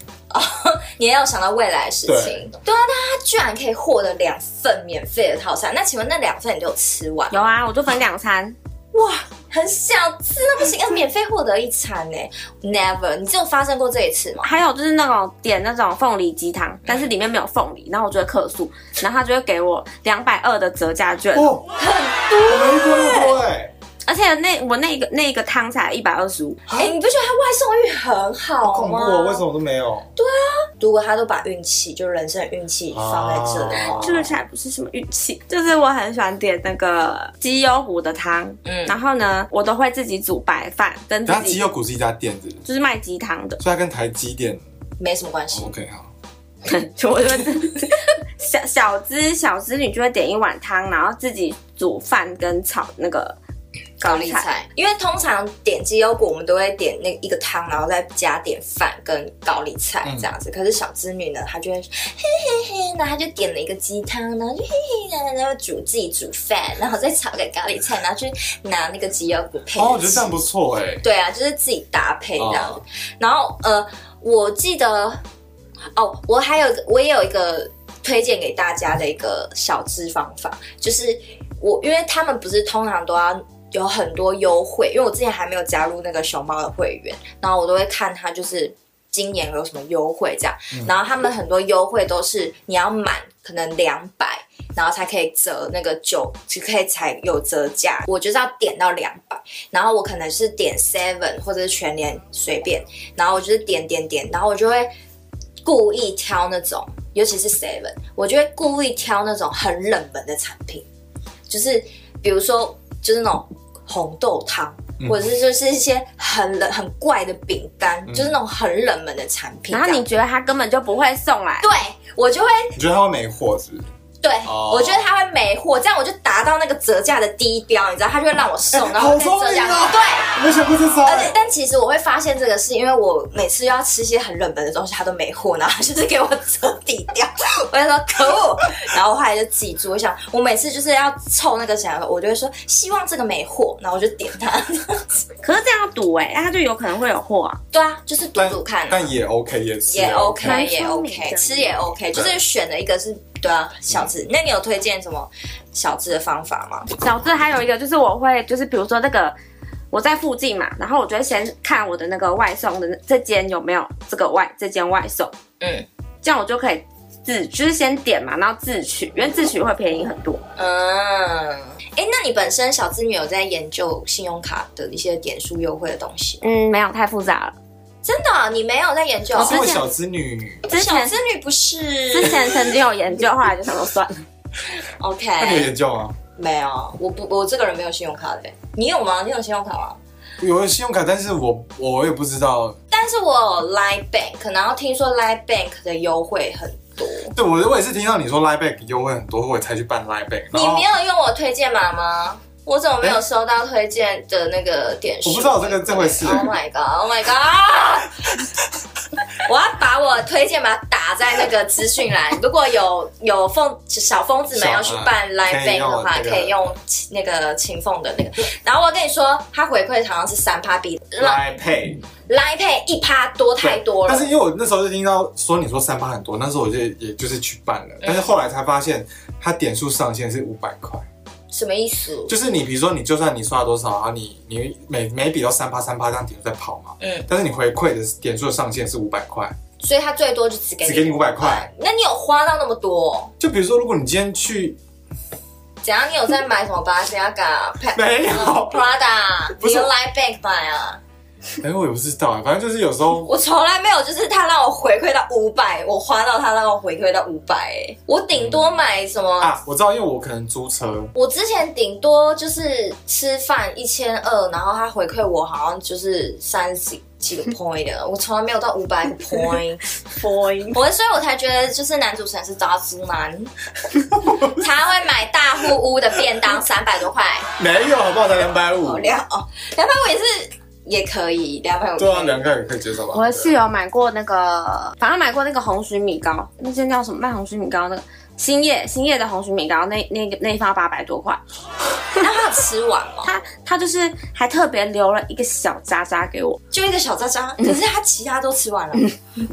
S2: 你也要想到未来的事情。
S1: 对
S2: 对啊，那他居然可以获得两份免费的套餐，那请问那两份你都有吃完？
S3: 有啊，我就分两餐，
S2: 哇，很想吃，那不行，
S1: (laughs)
S2: 要免费获得一餐呢、n e v e r 你只有发生过这一次吗？
S3: 还有就是那种点那种凤梨鸡汤，但是里面没有凤梨，然后我就会客诉，然后他就会给我两百二的折价券，
S1: 哦，我没遇过那么多哎、
S3: 而且那我那一个那一个汤才一百二十五，
S2: 哎、你不觉得他外送欲很
S1: 啊好
S2: 好
S1: 恐怖、
S2: 吗？
S1: 哦，为什么都没有？
S2: 如果他都把运气，就人生的运气放在这里，
S1: 啊
S3: 这个才不是什么运气，就是我很喜欢点那个鸡优骨的汤，
S2: 嗯
S3: 然后呢，我都会自己煮白饭跟自
S1: 然后
S3: 己
S1: 鸡肉骨是一家店子，所
S3: 就是卖鸡汤的，
S1: 以它跟台积电哦
S2: 没什么关系。
S1: OK 好。
S3: 就我就会小小资小资女就会点一碗汤，然后自己煮饭跟炒那个
S2: 高丽，菜，因为通常点鸡优果，我们都会点那一个汤，然后再加点饭跟高丽
S1: 嗯
S2: 菜这样子。可是小织女呢，她就会嘿嘿嘿，然后她就点了一个鸡汤，然后就嘿嘿，然后然后煮自己煮饭，然后再炒个高丽菜，然后去拿那个鸡优果配着吃。
S1: 哦，我觉得这样不错哎、
S2: 对啊，就是自己搭配这样子。然后呃，我记得哦，我还有一个我也有一个推荐给大家的一个小资方法，就是我因为他们不是通常都要。有很多优惠，因为我之前还没有加入那个熊猫的会员，然后我都会看它就是今年有什么优惠这样，
S1: 嗯
S2: 然后他们很多优惠都是你要满可能两百，然后才可以折那个九，只可以才有折价，我就是要点到两百，然后我可能是点 Seven 或者是全联随便，然后我就是点点点，然后我就会故意挑那种，尤其是 Seven，我就会故意挑那种很冷门的产品，就是比如说就是那种红豆汤。
S1: 嗯
S2: 或者是就是一些很冷很怪的饼干，
S1: 嗯
S2: 就是那种很冷门的产品这
S3: 然
S2: 样。
S3: 后你觉得他根本就不会送来，
S2: 对我就会
S1: 你觉得它会没货是不是？
S2: 对、
S1: 哦
S2: 我觉得他会没货，这样我就达到那个折价的第一标，你知道，他就会让我送，然后
S1: 好
S2: 再
S1: 聪
S2: 折
S1: 明
S2: 价。
S1: 哦！
S2: 对，
S1: 我没想过这招
S2: 而
S1: 哎、
S2: 且，但其实我会发现这个是因为我每次要吃一些很冷门的东西，他都没货，然后他就是给我折抵掉。 (laughs) 我就说可恶，然后我后来就自己做。我想，我每次就是要凑那个钱，我就会说希望这个没货，然后我就点它。 (laughs)
S3: 可是这样赌哎、那他就有可能会有货啊。
S2: 对啊，就是赌赌看、啊，
S1: 但也 OK，也是啊
S2: 也 OK，
S3: 蛮
S2: 也
S3: 聪明
S2: OK，
S3: 的
S2: 吃也 OK，就是选了一个是对啊小吃。那你有推荐什么小吃的方法吗？
S3: 小智还有一个就是我会就是比如说那个我在附近嘛，然后我就会先看我的那个外送的那这间有没有这个外这间外送，
S2: 嗯
S3: 这样我就可以自就是先点嘛，然后自取，因为自取会便宜很多。
S2: 嗯，哎，那你本身小资女有在研究信用卡的一些点数优惠的东西吗？
S3: 嗯，没有太复杂了。
S2: 真的啊、你没有在研究
S1: 我
S2: 啊？
S1: 是为小资女，
S3: 之
S2: 小
S3: 前
S2: 资女不
S3: 之
S2: 是
S3: 前曾经有研究，后来就想说算了。
S1: 那
S3: (laughs)
S1: 你有
S2: ？OK，
S1: 研究吗？
S2: 没有，我不，我这个人没有信用卡的欸。你有吗？你有信用卡吗？
S1: 有了信用卡，但是我我也不知道。
S2: 但是我有 Line Bank，然后听说 Line Bank 的优惠很多。
S1: 对我我也是听到你说 Line Bank 优惠很多，我才去办 Line Bank。
S2: 你没有用我推荐码吗？我怎么没有收到推荐的那个点数？
S1: 我不知道有这个这回事
S2: Oh my god! Oh my god! (laughs) 我要把我的推荐码打在那个资讯
S1: (laughs)
S2: 栏。如果有有疯小疯子们要去办
S1: 小
S2: Line
S1: 可以
S2: Bank
S1: 用 (laughs)
S2: 的话，
S1: 那个
S2: 可以用那个秦凤的那个。然后我跟你说，他回馈好像是三趴比
S1: Line Pay
S2: Line Pay 一趴多太多了
S1: 但是。因为我那时候就听到说你说三八很多，那时候我就也就是去办
S2: 嗯
S1: 了，但是后来才发现它点数上限是五百块，
S2: 什么意思？
S1: 就是你比如说你就算你刷了多少，然后你你每每笔都三八三八这样点数在跑嘛，
S2: 嗯，
S1: 但是你回馈的点数上限是五百块，
S2: 所以他最多就只给
S1: 只给你
S2: 你
S1: 五百块。。
S2: 那你有花到那么多哦、
S1: 就比如说，如果你今天去
S2: 怎样？你有在买什么巴西亚嘎、
S1: 没有
S2: Prada？
S1: 不
S2: 你
S1: 是
S2: 用 Line Bank 买啊？
S1: (laughs) 哎、我也不知道，反正就是有时候
S2: 我从来没有，就是他让我回馈到五百，我花到他让我回馈到五百，哎，我顶多买什么？
S1: 啊，我知道，因为我可能租车，
S2: 我之前顶多就是吃饭一千二，然后他回馈我好像就是三十几
S1: (laughs)
S2: 个 point 的，我从来没有到五百个 point。
S3: point
S2: 我所以我才觉得就是男主持人是渣猪男，
S1: (laughs)
S2: 他会买大户屋的便当三百多块。
S1: 没有，好不好？才两百五
S2: 好，料哦，两百五也是
S3: 也可以，两百五。
S1: 对啊，两个也可以接受吧。
S3: 我的室友买过那个，反正买过那个红曲米糕，那间叫什么卖红曲米糕那个兴业兴业的红曲米糕，那那个那一发八百多块，
S2: 那他有吃哦完
S1: (laughs)
S2: 吗？
S3: 他他就是还特别留了一个小渣渣给我，
S2: 就一个小渣渣，可是他其他都吃完了，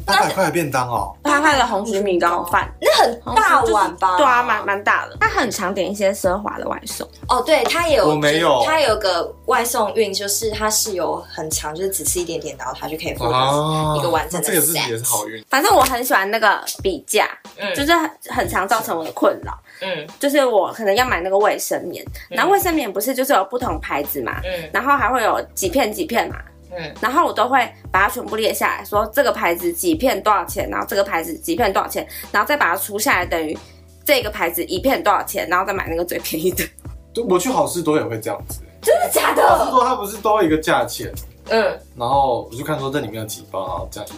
S1: 八百块的便当哦，
S3: 八块的红曲米糕饭，
S2: 那很大碗吧？
S3: 哦对啊，蛮蛮大的。他很常点一些奢华的外送，
S2: 哦，对他也有，
S1: 我没有
S2: 他有个外送运，就是他室友很长，就是只吃一点点，然后他就可以付
S1: 啊，
S2: 一个完整的
S1: 这个自己
S2: set
S1: 也是好运。
S3: 反正我很喜欢那个比价，
S2: 嗯
S3: 就是很很常造成我的困扰。
S2: 嗯
S3: 就是我可能要买那个卫生棉，然后卫生棉不是就是有不同牌子嘛，
S2: 嗯
S3: 然后还会有几片几片嘛，
S2: 嗯
S3: 然后我都会把它全部列下来，说这个牌子几片多少钱，然后这个牌子几片多少钱，然后再把它除下来，等于这个牌子一片多少钱，然后再买那个最便宜的。
S1: 对我去好事多也会这样子，
S2: 真的假
S1: 好事
S2: 的？
S1: 多它不是都有一个价钱，
S2: 嗯，
S1: 然后我就看说这里面有几包，然后这样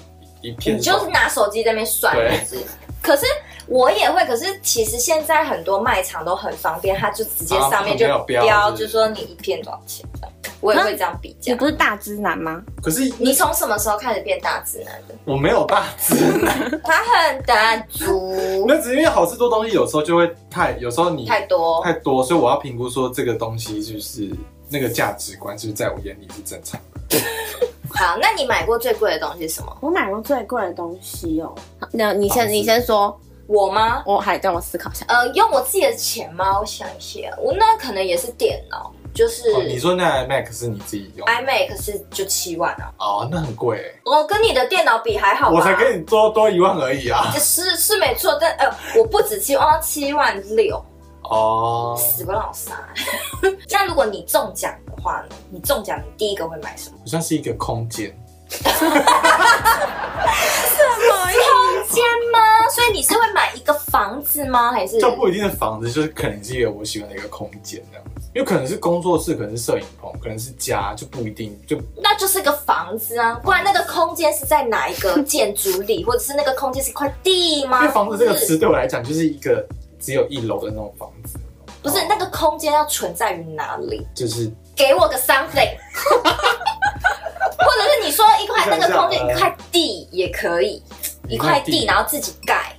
S1: 一一片
S2: 你就是拿手机在那边算
S1: 对
S2: 日子，可是。我也会，可是其实现在很多卖场都很方便，它就直接
S1: 啊
S2: 上面就
S1: 没有标是不是
S2: 就说你一片多少钱这样。我也会这样比
S3: 你
S2: 价。
S3: 不是大直男吗？
S1: 可是
S2: 你从什么时候开始变大直男的？
S1: 我没有大只， (laughs)
S2: 他很大足
S1: 那只是因为好事多东西有时候就会太，有时候你
S2: 太多，
S1: 太多，所以我要评估说这个东西就是那个价值观是不是在我眼里是正常的。
S2: 好，那你买过最贵的东西是什么？
S3: 我买过最贵的东西哦。那你
S1: 房
S3: 先
S1: 子
S3: 你先说，
S2: 我吗？
S3: 我还让我思考一下。
S2: 呃，用我自己的钱吗？我想一下，我那可能也是电脑，就是
S1: 哦、你说那台 Mac 是你自己用的
S2: iMac 是就七万啊，
S1: 哦，那很贵欸、
S2: 我跟你的电脑比还好吧？
S1: 我才给你多多一万而已啊。
S2: 是是没错，但呃，我不止七万，七万六，
S1: 哦，
S2: 死不老傻。 (laughs) 那如果你中奖的话呢？你中奖，你第一个会买什么？
S1: 好像是一个空间，
S2: 空间吗？ (laughs) 所以你是会买一个房子吗？还是
S1: 就不一定是房子，就是可能是一个我喜欢的一个空间这样子，因为可能是工作室，可能是摄影棚，可能是家，就不一定就
S2: 那就是个房子啊，不然那个空间是在哪一
S1: (laughs)
S2: 个建筑里，或者是那个空间是一块地吗？
S1: 因为房子这个词
S2: 啊是
S1: 对我来讲就是一个只有一楼的那种房子，哦
S2: 不是那个空间要存在于哪里？
S1: 就是
S2: 给我个 (laughs) something，或者是你说一块那个空间一块地也可以，一块地然后自己盖，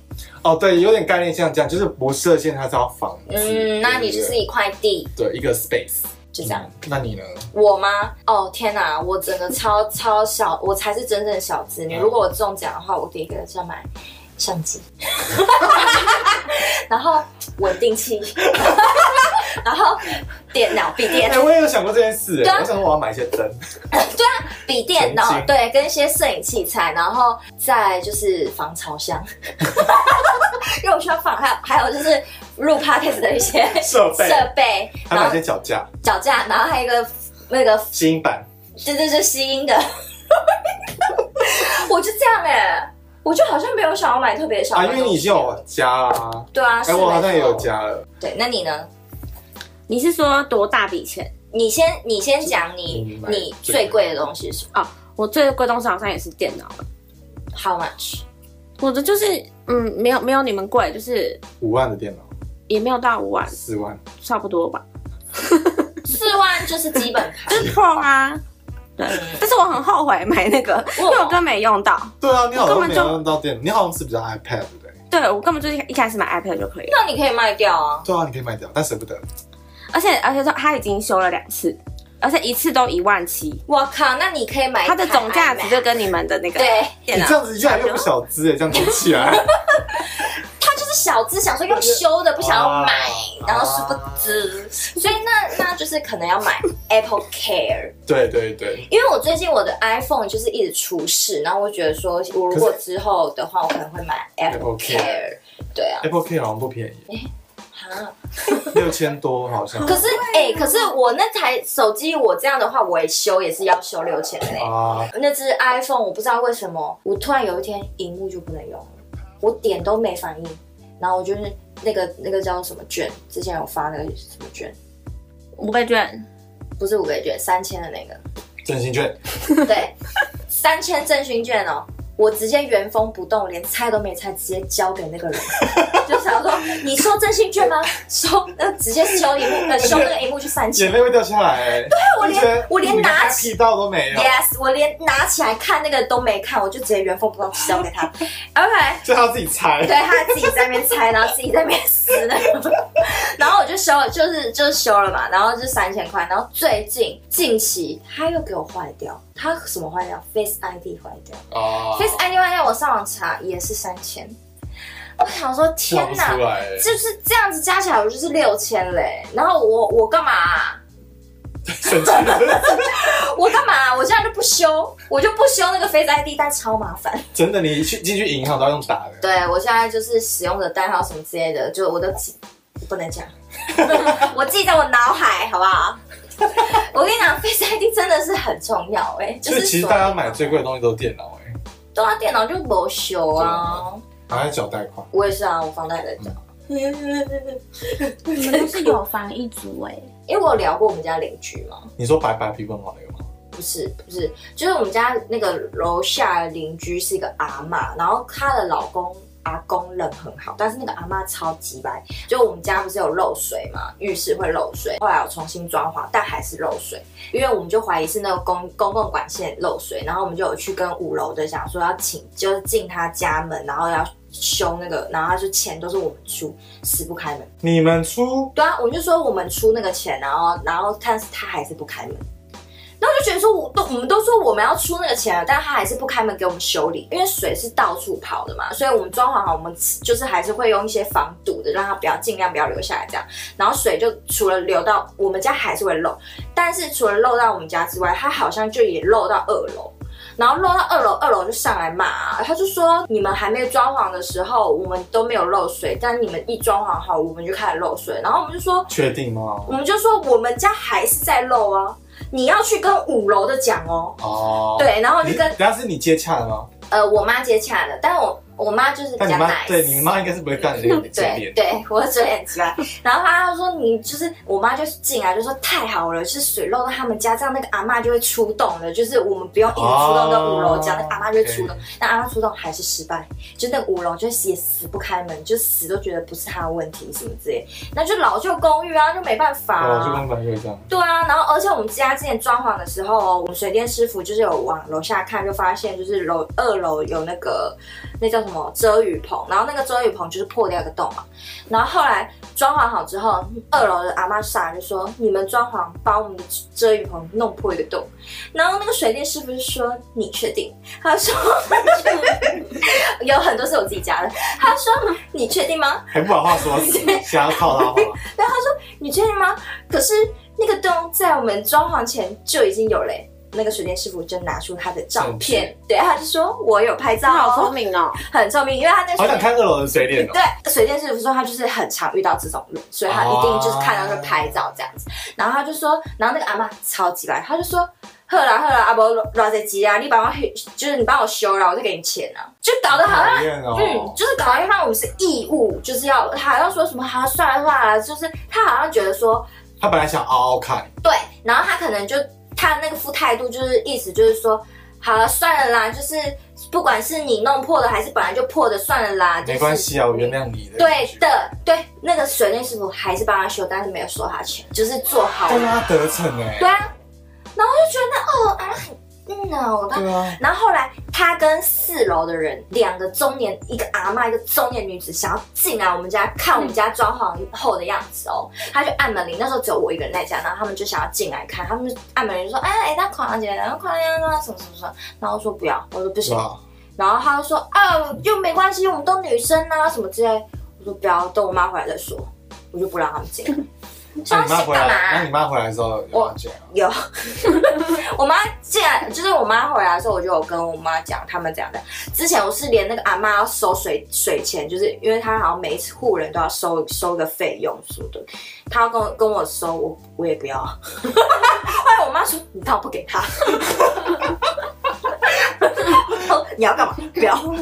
S1: 哦，对，有点概念像这样，就是不设限它是要房子，
S2: 嗯，那你就是
S1: 对
S2: 一块地，
S1: 对对一个 space，
S2: 就这样。
S1: 嗯那你呢？
S2: 我吗？哦天哪，我整个超超小，我才是真正的小资女。如果我中奖的话，我第一个是要买相机， (laughs) 然后稳定器， (laughs) 然后电脑、笔电
S1: 哎、、我也有想过这件事、
S2: 对
S1: 哎、
S2: 啊
S1: 我想说我要买一些
S2: (laughs)
S1: 灯，
S2: 笔电
S1: 神
S2: 脑，
S1: 经
S2: 对，跟一些摄影器材，然后再就是防潮箱， (laughs) 因为我需要防，还有还有就是录 podcast 的一些
S1: (laughs) 设备
S2: 设备，
S1: 还
S2: 然
S1: 买一
S2: 后
S1: 些脚架，
S2: 脚架，然后还有一个那个
S1: 新版。
S2: 对对对，吸音的。 (laughs) 我就这样哎、我就好像没有想要买特别小
S1: 啊，
S2: 的
S1: 因
S2: 东西、
S1: 为你已经有家啊，
S2: 对啊，
S1: 哎、
S2: 是
S1: 我好像也有
S2: 没错。
S1: 家了，
S2: 对，那你呢？
S3: 你是说多大笔钱？
S2: 你先你先讲你
S1: 你买
S2: 你
S1: 最
S2: 最贵的东西是什么
S3: 我最贵的东西好像也是电脑吧
S1: (laughs)
S2: ？How much？
S3: 我的就是嗯，没有没有你们贵，就是
S1: 五万的电脑，
S3: 也没有到五万，
S1: 四万，
S3: 差不多吧，
S2: 四万就是基本
S3: 就
S2: 盘。
S4: 嗯
S3: 是 Pro 啊。对，但是我很后悔买那个，因为我根本没用到。
S1: 对啊，你好
S3: 我根
S1: 像
S3: 本
S1: 没
S3: 就
S1: 有用到电脑，你好像是比较 iPad 对不对？
S3: 对我根本就是一开始买 iPad 就可以了，
S2: 那你可以卖掉啊。
S1: 对啊，你可以卖掉，但舍不得。
S3: 而且而且说他已经修了两次，而且一次都一万七，
S2: 我靠，那你可以买一
S3: 它的
S2: 台
S3: 总价值
S2: iMac
S3: 就跟你们的那个
S2: 对，
S1: 你
S3: 电脑
S1: 这样子越来越不小资哎、
S2: (laughs)
S1: 这样子起来，
S2: 他就是小资，想说用修的，不想要买
S1: 啊，
S2: 然后殊不知，所以那那就是可能要
S3: (laughs)
S2: 买 Apple Care。
S1: 对对对，
S2: 因为我最近我的 iPhone 就是一直出事，然后我觉得说，我如果之后的话，我可能会买 Apple
S1: Apple
S2: Care。对啊，
S1: Apple Care 好像不便宜，
S2: 哎哈
S1: 六千多好像。
S2: 可是哎、可是我那台手机，我这样的话，我修也是要修六千嘞。
S1: 啊，
S2: 那只 iPhone 我不知道为什么，我突然有一天荧幕就不能用了，我点都没反应，然后我就是那个那个叫什么券，之前有发那个什么券，
S3: 五倍券，
S2: 不是五倍券，三千的那个， (laughs)
S1: 振兴券
S2: 对，三千赠勋券哦，我直接原封不动，连猜都没猜，直接交给那个人，就想说你收真心券吗？收，呃，直接修荧幕，呃，修那个荧幕去算
S1: 眼 (laughs)
S2: 钱。
S1: 泪会掉下来、欸。对
S2: 啊我连我连拿起
S1: 皮到都没有，
S2: Yes，我连拿起来看那个都没看，我就直接原封不动交给他。OK，
S1: 就他自己猜
S2: (laughs) 对。他自己在那边猜，然后自己在那边撕那个，然后我就修了，就是就是修了嘛，然后就三千块，然后最近近期他又给我坏掉，他什么坏掉？Face ID 坏掉、
S1: 哦
S2: f a c e ID 坏掉，我上网查也是三千，我想说天
S1: 笑不
S2: 哪
S1: 出，来、欸。
S2: 就是这样子加起来我就是六千嘞，然后我我干嘛啊、
S1: (laughs) 生气了，
S2: 我干嘛啊、我现在就不修，我就不修那个 Face ID，但超麻烦。
S1: 真的，你去进去银行都要用打的。
S2: 对我现在就是使用者代号什么之类的，就我都记，不
S1: (laughs)
S2: 能讲，我记在我脑海，好不好？ (laughs) 我跟你讲，Face ID 真的是很重要哎、就
S1: 所以
S2: 是
S1: 其实
S2: 说
S1: 大家买最贵的东西都是电脑哎、
S2: 对啊，电脑就没修啊，
S1: 还要缴贷款。
S2: 我也是啊，我房贷在缴。
S1: 嗯
S4: 你们都是有房一族哎、
S3: (laughs)
S2: 因为我有聊过我们家邻居嘛，
S1: 你说白白皮问我那个吗？
S2: 不是不是，就是我们家那个楼下邻居是一个阿嬷，然后她的老公阿公人很好，但是那个阿嬷超级白，就我们家不是有漏水嘛，浴室会漏水，后来我重新装潢，但还是漏水，因为我们就怀疑是那个公公共管线漏水，然后我们就有去跟五楼的想说要请，就是进他家门，然后要修那个，然后他就钱都是我们出，死不开门。
S1: 你们出
S2: 对啊，我们就说我们出那个钱，然后然后但是他还是不开门，然后就觉得说我都我们都说我们要出那个钱了，但他还是不开门给我们修理，因为水是到处跑的嘛，所以我们装潢好，我们就是还是会用一些防堵的，让它不要尽量不要流下来这样，然后水就除了流到我们家还是会漏，但是除了漏到我们家之外，它好像就也漏到二楼。然后漏到二楼，二楼就上来骂啊、他就说你们还没装潢的时候，我们都没有漏水，但你们一装潢好，我们就开始漏水。然后我们就说，
S1: 确定吗
S2: 我？们就说我们家还是在漏啊，你要去跟五楼的讲哦。
S1: 哦，
S2: 对，然后
S1: 你，
S2: 就跟
S1: 等下是你接洽的吗？
S2: 呃我妈接洽的，但我我妈就是比较
S1: 但你妈
S2: nice，
S1: 对你妈应该是不会干你这个嘴
S2: 对
S1: 脸。
S2: 对，我的嘴很
S3: 啊
S2: 奇怪。然后她就说你就是我妈就进来就说太好了，就是水漏到他们家，这样那个阿嬷就会出动了，就是我们不
S1: 哦
S2: 用一直出动跟五楼讲，那个阿嬷就会出动。但阿嬷出动还是失败，就那个五楼就是也死不开门，就死都觉得不是她的问题什么之类，那就老旧公寓啊，就没办法、
S1: 哦，就
S2: 啊。
S1: 跟反正就这样。
S2: 对啊，然后而且我们家之前装潢的时候哦，我们水电师傅就是有往楼下看，就发现就是楼二楼有那个那叫什么遮雨棚，然后那个遮雨棚就是破掉一个洞嘛。然后后来装潢好之后，二楼的阿妈上来就说：“你们装潢把我们的遮雨棚弄破一个洞。”然后那个水电师傅就说：“你确定？”他说：“ (laughs) 有很多是我自己家的。”他说：“ (laughs) 你确定吗？”
S1: 还不把话说死，想要套他话。
S2: 你确定吗？可是那个洞在我们装潢前就已经有嘞、那个水电师傅就拿出他的照片，对，他就说我有拍照、
S3: 他好聪
S2: 哦，
S3: 明哦，
S2: 很聪明，因为他那
S1: 好想
S2: 水电
S1: 看二楼的嘴脸哦。
S2: 对水电师傅说他就是很常遇到这种人，所以他一定就是看到就拍照这样子。然后他就说，然后那个阿妈超级白，他就说。喝啦喝啦，阿伯偌济钱啊？你帮我就是你帮我修了，我就给你钱啊！就搞 (laughs) 得好像
S1: 讨厌
S2: 嗯
S1: 哦，。
S2: 就是搞得让我们是义务，就是要还要说什么，好、啊、算了算了，就是他好像觉得说
S1: 他本来想嗷嗷看，
S2: 对，然后他可能就他那个副态度就是意思就是说，好了算了啦，就是不管是你弄破的还是本来就破的，算了啦，就是、
S1: 没关。系啊，我原谅你的。
S2: 对。的，对，那个水电师傅还是帮他修，但是没有收他钱，就是做好
S1: 但是
S2: 了。
S1: 他得逞哎
S2: 对。啊，然后我就觉得哦啊很硬啊，我刚
S1: 对啊，
S2: 然后后来，他跟四楼的人，两个中年，一个阿嬷，一个中年女子，想要进来我们家看我们家装潢后的样子哦。他就按门铃，那时候只有我一个人在家，然后他们就想要进来看，他们就按门铃说：“哎哎，那狂姐，然后狂姐，那什么什么什么。”然后我说不要，我说不
S1: 是
S2: 行。
S1: 吧？
S2: 然后他就说：“啊，又没关系，我们都女生啊，什么之类。”我说不要，等我妈回来再说，我就不让他们进来。
S1: 那
S2: 伤
S1: 你妈
S2: 心
S1: 回
S2: 干嘛
S1: 来，
S2: 啊？
S1: 那你妈回来的时候有要讲啊？
S2: 有， (laughs) 我妈进来，就是我妈回来的时候，我就有跟我妈讲他们怎样的。之前我是连那个阿妈要收水水钱，就是因为她好像每一户人都要收收个费用什么的，她要跟我跟我收，我我也不要。啊 (laughs) 后来我妈说：“你当我不给她。” (laughs) 你要干嘛？不要， (laughs)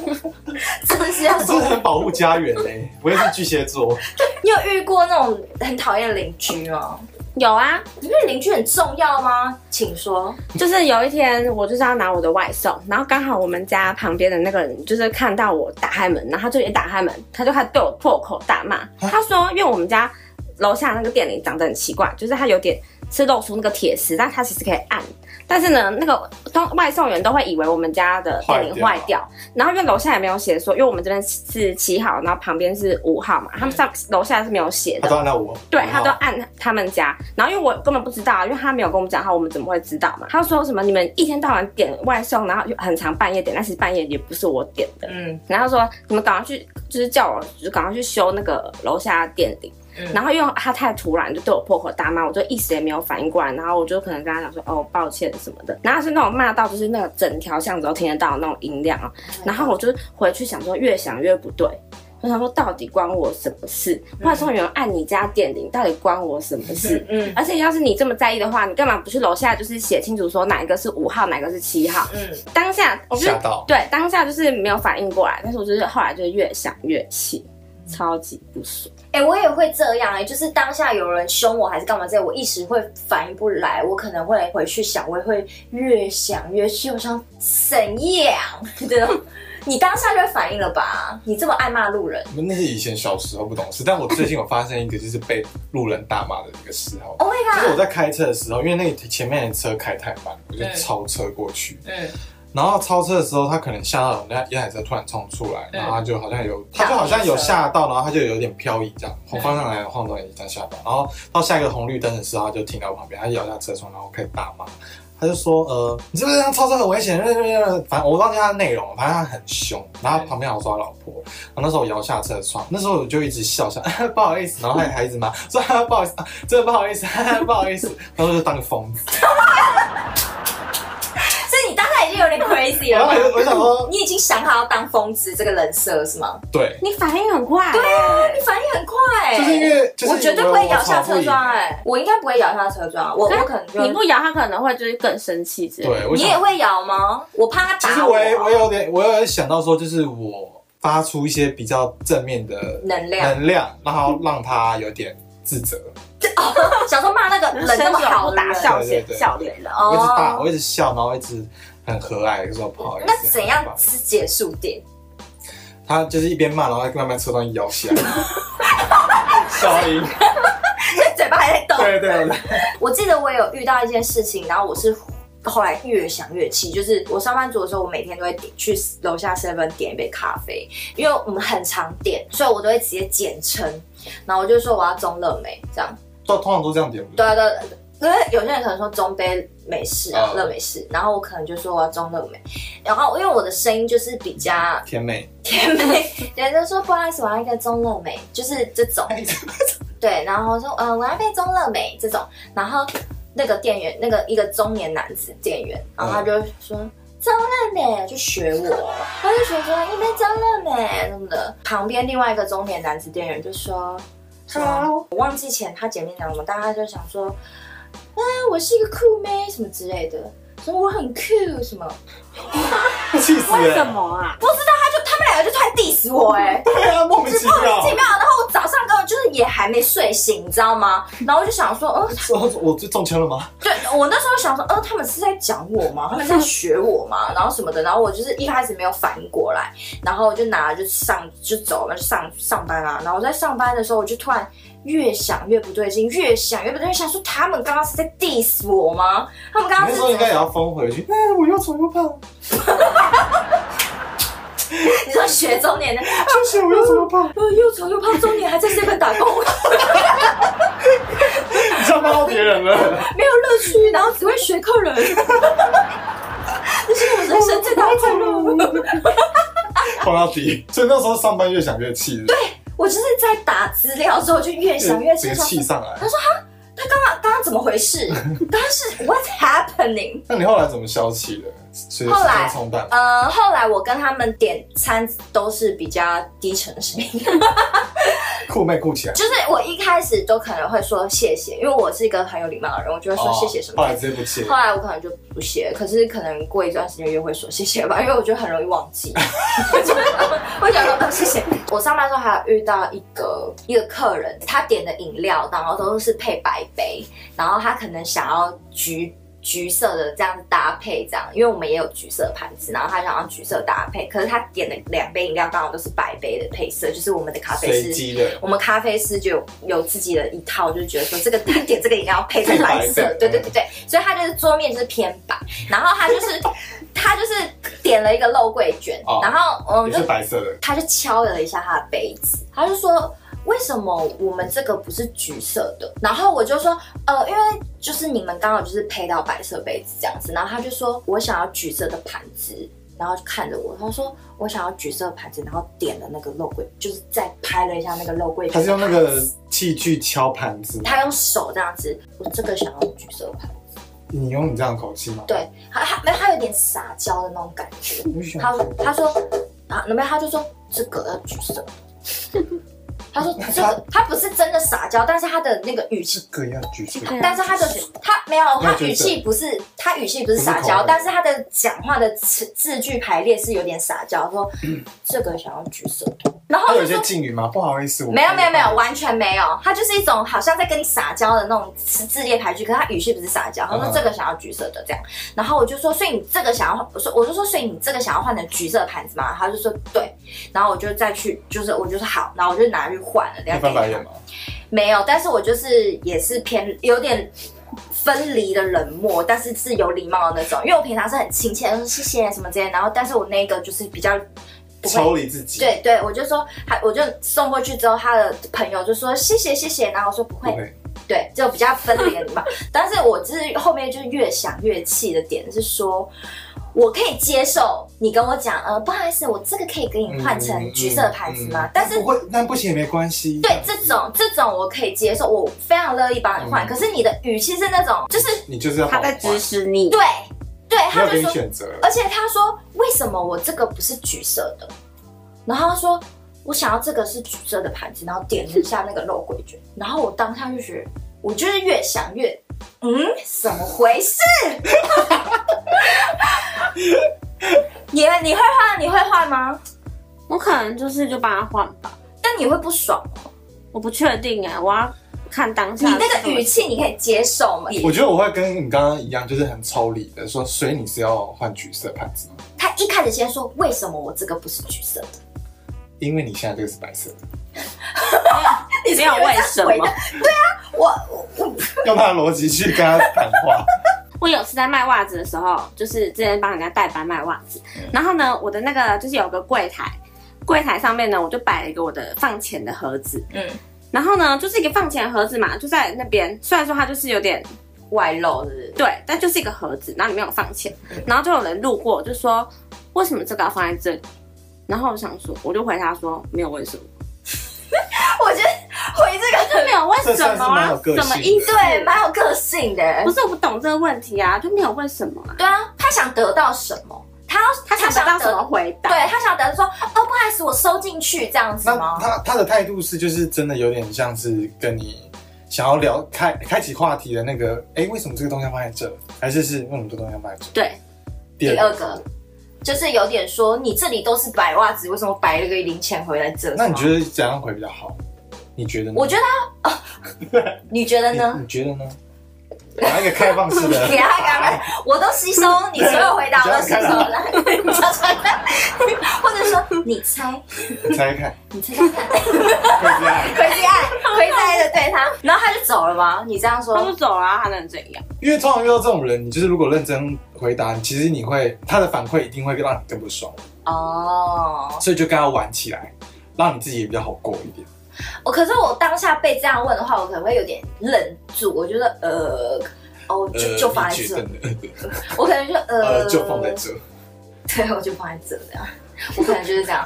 S2: 真的是要
S1: 你
S2: 收
S1: 真的。很保护欸家园嘞、我也是巨蟹座，
S2: 你有遇过那种很讨厌邻居吗？
S3: 有啊，
S2: 你觉得邻居很重要吗？请说。
S3: 就是有一天我就是要拿我的外送，然后刚好我们家旁边的那个人就是看到我打开门，然后他就也打开门，他就开始对我破口大骂。他说，因为我们家楼下那个店里长得很奇怪，就是它有点是露出那个铁丝，但它其实可以按。但是呢，那个通外送员都会以为我们家的店里坏
S1: 坏
S3: 掉，然后因为楼下也没有写说，因为我们这边是七号，然后旁边是五号嘛，他们上楼下是没有写
S1: 他。
S3: 的
S1: 都按到我，
S3: 对
S1: 然后
S3: 他都按他们家，然后因为我根本不知道啊，因为他没有跟我们讲的话，我们怎么会知道嘛？他说什么你们一天到晚点外送，然后就很长半夜点，但是半夜也不是我点的。
S2: 嗯
S3: 然后他说你们赶快去，就是叫我就是赶快去修那个楼下的店里。
S2: 嗯
S3: 然后因为他太突然，就对我破口大骂，我就一时也没有反应过来，然后我就可能跟他讲说哦抱歉什么的，然后是那种骂到就是那个整条巷子都听得到的那种音量啊，然后我就回去想说越想越不对，我想说到底关我什么事？外送员按你家电铃，到底关我什么事？ (laughs)
S2: 嗯
S3: 而且要是你这么在意的话，你干嘛不去楼下就是写清楚说哪一个是五号，哪一个是七号？
S2: 嗯，
S3: 当下我就是
S1: 吓到
S3: 对当下就是没有反应过来，但是我就是后来就越想越气，超级不爽。
S2: 哎、我也会这样哎、就是当下有人凶我还是干嘛这样，我一时会反应不来，我可能会回去想，我也会越想越气，我想怎样这种。你当下就会反应了吧？你这么爱骂路人，
S1: 那是以前小时候不懂事，但我最近有发生一个就是被路人大骂的一个时候。
S2: Oh my
S1: 就
S2: god
S1: 是我在开车的时候，因为那前面的车开太慢，我就
S2: 嗯
S1: 超车过去。
S2: 嗯，
S1: 然后超车的时候，他可能吓到人家一台车突然冲出来，
S2: 嗯
S1: 然后他就好像有，
S2: 吓
S1: 他
S2: 到
S1: 就好像有
S2: 车
S1: 吓到，然后他就有点漂移这样，从方向来晃动也这样吓到。然后到下一个红绿灯的时候，他就停在我旁边，他就摇下车窗，然后开始大骂。他就说：“呃，你这个样超车很危险，反正我忘记他的内容，反正他很凶。然后旁边还有说他老婆，然后那时候我摇下车窗，那时候我就一直笑 (laughs) 笑，不好意思，然后还还一直骂， (laughs) 说、啊、不好意思，啊、真的不好意思，啊、不好意思，然后就当个疯子。
S2: 所以你当下已经有点啊 crazy
S1: 然
S2: 了
S1: 后我就
S2: 吗。
S1: 我想说，
S2: 你已经想好要当疯子这个人设是吗？
S1: 对，
S3: 你反应很快、对、啊
S2: 你反应很快、欸，
S1: 就是因为就是
S2: 我绝对不会摇下
S1: 我吵
S2: 车
S1: 赢
S2: 窗哎、我应该不会摇下车窗，我我可能就
S3: 哎你不摇，他可能会就是更生气之类的。
S1: 对，我
S2: 哎你
S1: 想
S2: 也会摇吗？我怕他打
S1: 其实
S2: 我
S1: 我也我也有点，我有想到说，就是我发出一些比较正面的
S2: 能量，
S1: 能量，然后让他有点自责。
S2: 小时候骂那个人那么好
S3: 打
S2: 人
S3: 笑脸
S1: 对对对
S3: 笑脸的哦。
S1: 我一直大，
S2: 哦，
S1: 我一直笑，然后一直很和蔼，就说不好意思。
S2: 那怎样
S1: 不好意思
S2: 是结束点？
S1: 他就是一边骂，然后慢慢车窗摇起
S2: (laughs)
S1: 来，笑音。
S2: 嘴巴还在抖。
S1: 对对对，
S2: 我记得我有遇到一件事情，然后我是后来越想越气，就是我上班族的时候，我每天都会点去楼下 seven 点一杯咖啡，因为我们很常点，所以我都会直接简称，然后我就说我要中乐美这样。
S1: 都通常都这样点。
S2: 对啊对啊，对啊因为有些人可能说中杯美式啊，
S1: 嗯
S2: 乐、美式，然后我可能就说我要中乐美，然后因为我的声音就是比较
S1: 甜美，
S2: 甜美，人家说不好意思，我要一个中乐美，就是这种，对，然后我说呃我要一杯中乐美这种，然后那个店员那个一个中年男子店员，然后他就说。中乐美就学我，他就学说一杯中乐美什么的。旁边另外一个中年男子店员就说：“
S3: 好，
S2: 我忘记前他前面讲什么，大家就想说，啊，我是一个酷妹什么之类的，说我很酷什么，
S1: 气死
S3: 为什
S1: 人！
S3: 么啊？
S2: 就他们两个就突然 diss 我哎、
S1: (laughs) 对啊，莫名其妙
S2: 奇。妙。然后我早上根本就是也还没睡醒，你知道吗？然后我就想说，嗯，
S1: 说我最中枪了吗？
S2: 对我那时候想说，呃，他们是在讲我吗？他们在学我
S1: (laughs)
S2: 吗？然后什么的，然后我就是一开始没有反应过来，然后我就拿了就上就走了，就上上班啦、然后我在上班的时候，我就突然越想越不对劲，越想越不对劲，想说他们刚刚是在 diss 我吗？他们刚
S1: 你那
S2: 刚是
S1: 时候应该也要封回去。哎，我又丑又胖，
S2: 你说学中年的，
S1: 谢谢我又丑又胖。
S2: 呃，又丑又胖，中年还在 seven 打工，
S1: (laughs) 你这样骂到别人 (laughs) 了。
S2: 没有乐趣，然后只会学客人。 (laughs) 这是我人生最大的痛
S3: (laughs)
S2: 苦。
S1: 碰到底，所以那时候上班越想越气，对，
S2: 我就是在打资料之后就越想越啊
S1: 直
S2: 清
S1: 接
S2: 楚，
S1: 气上来。
S2: 他刚刚刚刚怎么回事？刚刚是 What's happening？
S1: 那你后来怎么消气的？所以
S2: 后来
S1: 是冲淡。
S2: 呃，后来我跟他们点餐都是比较低沉型，
S1: 酷妹酷起来，
S2: 就是我一开始都可能会说谢谢，因为我是一个很有礼貌的人，我就
S1: 哦
S2: 会说谢谢什么
S1: 后来
S2: 的。
S1: 直接不谢
S2: 后。来我可能就不谢，可是可能过一段时间又会说谢谢吧，因为我觉得很容易忘记。 (laughs) 我想说，呃谢谢。我上班的时候还有遇到一个一个客人，他点的饮料，然后都是配白杯，然后他可能想要橘橘色的这样搭配，这样，因为我们也有橘色的盘子，然后他想要橘色搭配，可是他点的两杯饮料刚好都是白杯的配色，就是我们的咖啡
S1: 随
S2: 是
S1: 机的，
S2: 我们咖啡师就有有自己的一套，就觉得说这个点这个饮料配这个白
S1: 配白
S2: 色
S1: 色，
S2: 对对对对，所以他就是桌面就是偏白，然后他就是他就是点了一个肉桂卷，
S1: 哦
S2: 然后我们
S1: 也
S2: 就是
S1: 白色的，
S2: 他就敲了一下他的杯子，他就说。嗯为什么我们这个不是橘色的？然后我就说，呃，因为就是你们刚好就是配到白色杯子这样子。然后他就说，我想要橘色的盘子，然后就看着我，他说我想要橘色的盘子，然后点了那个肉桂，就是再拍了一下那个肉桂
S1: 他是
S2: 卷的
S1: 用那
S2: 盘子。
S1: 个器具敲盘子。
S2: 他用手这样子，我这个想要橘色的盘子，
S1: 你用你这样的口气吗？
S2: 对，他他没有他有点撒娇的那种感觉。
S1: 我就想
S2: 他他说啊，没有，他就说这个要橘色。他说这个，他不是真的撒娇，但是他的那个语气，
S1: 这个要举手
S3: 这。个
S2: 但是他的他没有，他
S1: 橘
S2: 语
S1: 色
S2: 气不是他语气不是
S1: 不是
S2: 撒
S1: 口
S2: 娇
S1: 吻，
S2: 但是他的讲话的词字句排列是有点撒娇，
S1: (clears throat)
S2: 说这个想要橘色，然后
S1: 他
S2: 我
S1: 有一
S2: 就
S1: 些
S2: 说
S1: 敬语吗？不好意思，我
S2: 没有没有没有，完全没有，他就是一种好像在跟你撒娇的那种字字列排句，可是他语气不是撒娇，他说
S1: 嗯
S2: 这个想要橘色的这样，然后我就说，所以你这个想要，我说我就说，所以你这个想要换成橘色的盘子吗？他就说对，然后我就再去，就是我就说好，然后我就拿去换了，等
S1: 你
S2: 一下
S1: 翻白
S2: 给他
S1: 眼吗？
S2: 没有，但是我就是也是偏有点分离的冷漠，但是是有礼貌的那种，因为我平常是很亲切，说谢谢什么之类的，然后但是我那个就是比较不会
S1: 抽离自己。
S2: 对对，我就说，还我就送过去之后，他的朋友就说谢谢谢谢，然后我说不会，
S1: 对，
S2: 对，就比较分离
S1: (laughs)
S2: 嘛。但是我就是后面就是越想越气的点是说，我可以接受你跟我讲，呃，不好意思，我这个可以给你换成橘色的盘子吗？
S1: 嗯嗯嗯
S2: 但是
S1: 不会，那不行也没关系。
S2: 对这种这种我可以接受，我非常乐意帮你换。
S1: 嗯
S2: 可是你的语气是那种，就是
S1: 你就是要
S3: 他在
S1: 指
S3: 指使你。
S2: 对对，
S1: 没
S2: 他
S1: 有
S2: 就
S1: 给你
S2: 说
S1: 选择。
S2: 而且他说为什么我这个不是橘色的？然后他说我想要这个是橘色的盘子，然后点了一下那个肉桂卷，然后我当下就觉得，我就是越想越，嗯，怎么回事？你你会换你会换吗？
S3: 我可能就是就帮他换吧，
S2: 但你会不爽吗？
S3: 我不确定哎、我要看当
S2: 你
S3: 下是什么。
S2: 那个语气你可以接受吗？
S1: 我觉得我会跟你刚刚一样，就是很抽离的说，所以你是要换橘色盘子吗？
S2: 他一开始先说为什么我这个不是橘色的，
S1: 因为你现在这个是白色的，
S2: 你
S3: 没有为什么。
S2: 我我我
S1: 用他的逻辑去跟他谈话。
S3: 我有次在卖袜子的时候，就是之前帮人家代班卖袜子，
S1: 嗯
S3: 然后呢，我的那个就是有个柜台，柜台上面呢，我就摆了一个我的放钱的盒子，
S2: 嗯
S3: 然后呢，就是一个放钱的盒子嘛，就在那边。虽然说它就是有点
S2: 外露是不是？
S3: 对，但就是一个盒子，然后里面有放钱，
S1: 嗯
S3: 然后就有人路过就说为什么这个要放在这里？然后我想说，我就回他说没有为什么，
S2: 我觉得回这
S3: (laughs)
S2: 个
S3: 就没有为
S1: 这
S3: 什
S1: 算是
S3: 么
S1: 蛮
S3: 啊
S1: 有，个性的
S3: 什么意思？
S2: 对，蛮有个性的。
S3: 不是我不懂这个问题啊，就没有为什么啊，
S2: 对啊，他想得到什么？他要
S3: 他想不到什么回答
S2: 对。他想得到说，哦，不好意思，我收进去这样子
S1: 那
S2: 吗？
S1: 他他的态度是，就是真的有点像是跟你想要聊开开启话题的那个，哎、为什么这个东西要放在这？还是是为什么这东西要放在这？
S3: 对，
S1: 第
S2: 第
S1: 二
S2: 二
S1: 个，
S2: 个就是有点说，你这里都是白袜子，为什么摆了个零钱回来这？
S1: 那你觉
S2: 得？
S1: 得怎样回比较好？你觉得呢？
S2: 我觉得他，
S1: (laughs)
S2: 哦、你觉得
S1: 你
S2: 呢？
S1: 嗯你觉得呢？哪一个开放式
S2: (laughs)
S1: 的？
S2: 你还敢问？我都吸收你所有回答，我都吸收了。你讲出来 (laughs) 或者说你猜，
S1: 你猜猜看， (laughs)
S2: 你猜猜
S3: (laughs)
S2: 看，
S1: 会这样
S2: 奎子爱，奎子爱的 (laughs) 对他，然后他就走了吗？你这样说
S3: 他，就走了、啊，他能怎样？
S1: 因为通常遇到这种人，你就是如果认真回答，其实你会他的反馈一定会让你更不爽，
S2: 哦，
S1: 所以就跟他玩起来，让你自己也比较好过一点。
S2: 我哦可是我当下被这样问的话，我可能会有点愣住，我觉得呃。哦，就就放在
S1: 你
S2: 这
S1: 觉，得呢
S2: 我可能就呃，
S1: (laughs) 呃，就放在，这。
S2: (laughs) 对，我就放在这这样，我可能就
S1: (laughs)
S2: 是这样